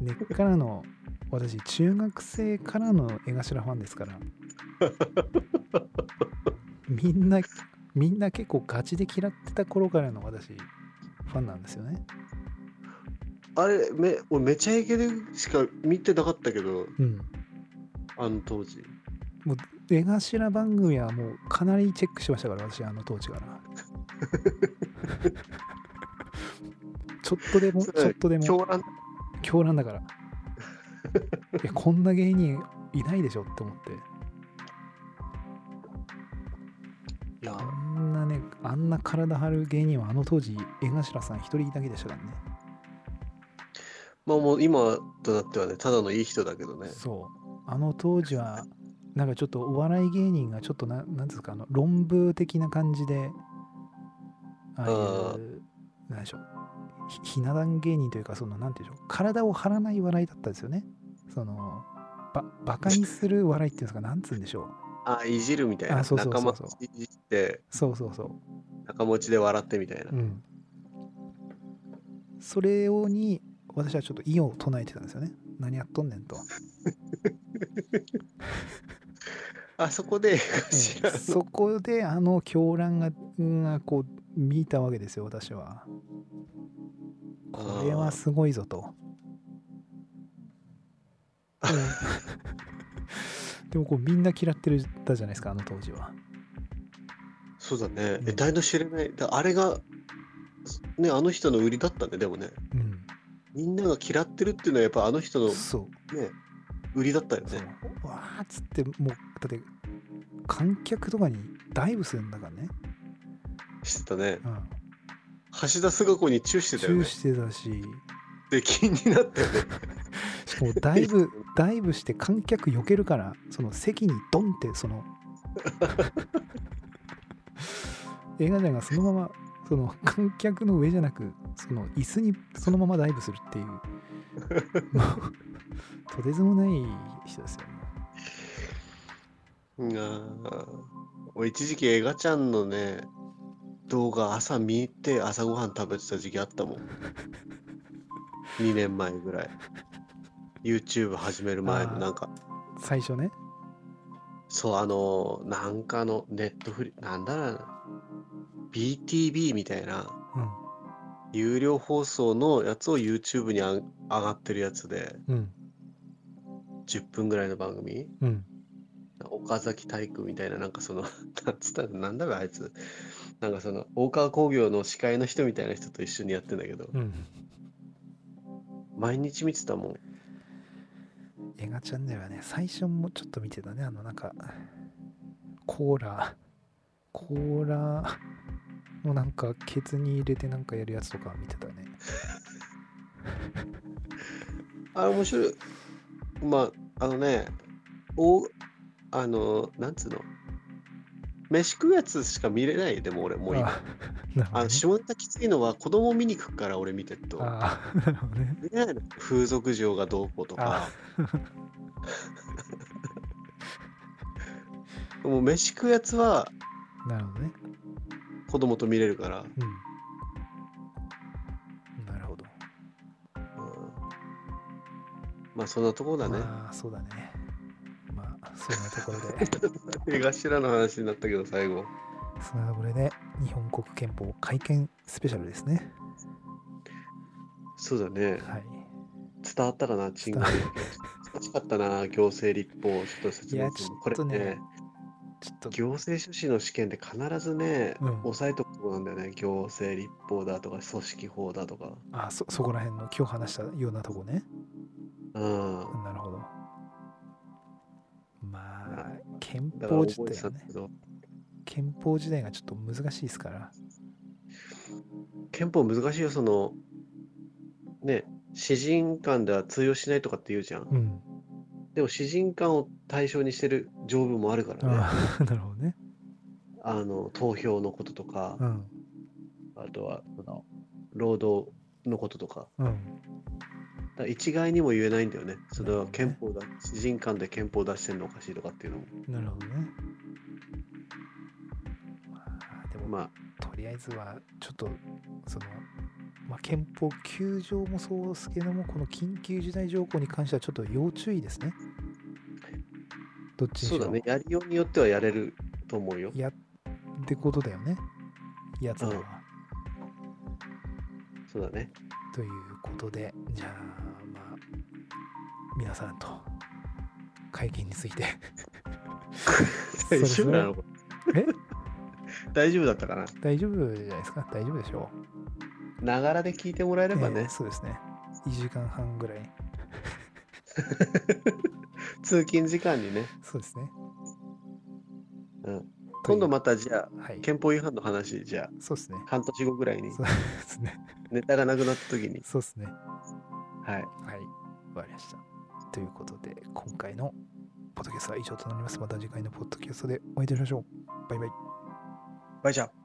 根っからの私中学生からの江頭ファンですからみんなみんな結構ガチで嫌ってた頃からの私ファンなんですよねあれめ俺めちゃイケでしか見てなかったけどうんあの当時江頭番組はもうかなりチェックしましたから私あの当時からちょっとでもちそれょっとでも狂乱狂乱だ からいやこんな芸人いないでしょって思っていやあんなねあんな体張る芸人はあの当時江頭さん一人だけでしたからねまあもう今となってはねただのいい人だけどねそうあの当時はなんかちょっとお笑い芸人がちょっとななんですかあの論文的な感じであああいうなんでしょうひひな壇芸人というかそのなんていうんでしょう体を張らない笑いだったんですよねそのばバカにする笑いっていうんですかなんつうんでしょうあいじるみたいなあそうそうそうそう仲間いじってそうそうそう仲持ちで笑ってみたいな、うん、それをに私はちょっと異を唱えてたんですよね何やっとんねんと、あそこで知らんそこであの狂乱ががこう見たわけですよ私はこれはすごいぞとでもでもこうみんな 嫌ってるたじゃないですかあの当時はそうだねう、んえ誰の知れないだあれがねあの人の売りだったねでもねうんみんなが嫌ってるっていうのはやっぱあの人のねそう売りだったよそうねうわーっつってもうだって観客とかにダイブするんだからね、してたねうん、橋田壽賀子にチューしてたよ中ねしてたし、で気になったよねしかもダイブ、ダイブして観客避けるから、その席にドンって、その、 映画じゃがそのまま、その観客の上じゃなく、その椅子にそのままダイブするっていう、もうとてつもない人ですよ、ね。うんあー俺一時期エガちゃんのね動画朝見て朝ごはん食べてた時期あったもん2年前ぐらい YouTube 始める前あのーなんか最初ね、そう、あの、なんかのネットフリ、なんだろうな、BTV みたいな、う有料放送のやつを YouTube にあ上がってるやつで、ん、うん、 10分ぐらいの番組、うん、岡崎体育みたいな、なんかその、なんつったら、なんだろう、あいつ、なんかその、大川工業の司会の人みたいな人と一緒にやってんだけど、うん。毎日見てたもん。映画チャンネルはね、最初もちょっと見てたね、あの、なんか、コーラ、コーラのなんか、ケツに入れてなんかやるやつとか見てたね。あれ面白い。まあ、あのね、お、あの、なんつうの、飯食うやつしか見れない、でも俺、もう今。あなるほど、あのね。下ネきついのは子供見に行くから俺見てると。あーなるほどね。ね風俗嬢がどうこうとか。もう飯食うやつはなるほどね。子供と見れるかうら。ん。なるほど。うんまあそんなところだね。まあ、そうだね。まあ、そんなところ で、江頭の話になったけど最後。そんなところで、日本国憲法改憲スペシャルですね。そうだね。はい。伝わったらな、チンが。難しかったな、行政立法。ちょっと説いや明すちるょっ。これとねね、ちょっと、行政書士の試験で必ずね、うん押さえとくとこなんだよね。行政立法だとか、組織法だとか。あそ、そこら辺の今日話したようなとこね。うん。なるほど。まあは、憲だから法自覚えて体はたんだねけ、ど、憲法自体がちょっと難しいですから。憲法難しいよ、その、ね、詩人間では通用しないとかって言うじゃん。うん。でも詩人間を対象にしてる条文もあるからね。あああ、 なるほどね。の、投票のこととかう、ん。あとは、その労働のこととか。うん。だから一概にも言えないんだよね。それはなる憲法だ、詩人間で憲法出してるのおかしいとかっていうのも。なるほどね。まあ、でも、まあ、とりあえずはちょっとその、まあ、憲法9条もそうですけどもこの緊急事態条項に関してはちょっと要注意ですねどっちにしそろうだね。やりようによってはやれると思うよ。やってことだよねやつらは、うんそうだね。ということでじゃあまあ皆さんと会見について そ大ろ丈そ夫なのろこえれ 大丈夫だったかな大丈夫じゃないですか大丈夫でしょうながらで聞いてもらえればえねー、そうですね1時間半ぐらい通勤時間にね。そうですねうん今度またじゃたあ、はい憲法違反の話、じゃあ、そうですね半年後ぐらいにそうですねネタがなくなった時に。そうですねはい。はいわかりましたということで今回のポッドキャストは以上となりますまた次回のポッドキャストでお会いいたしましょうバイバイバイチャー。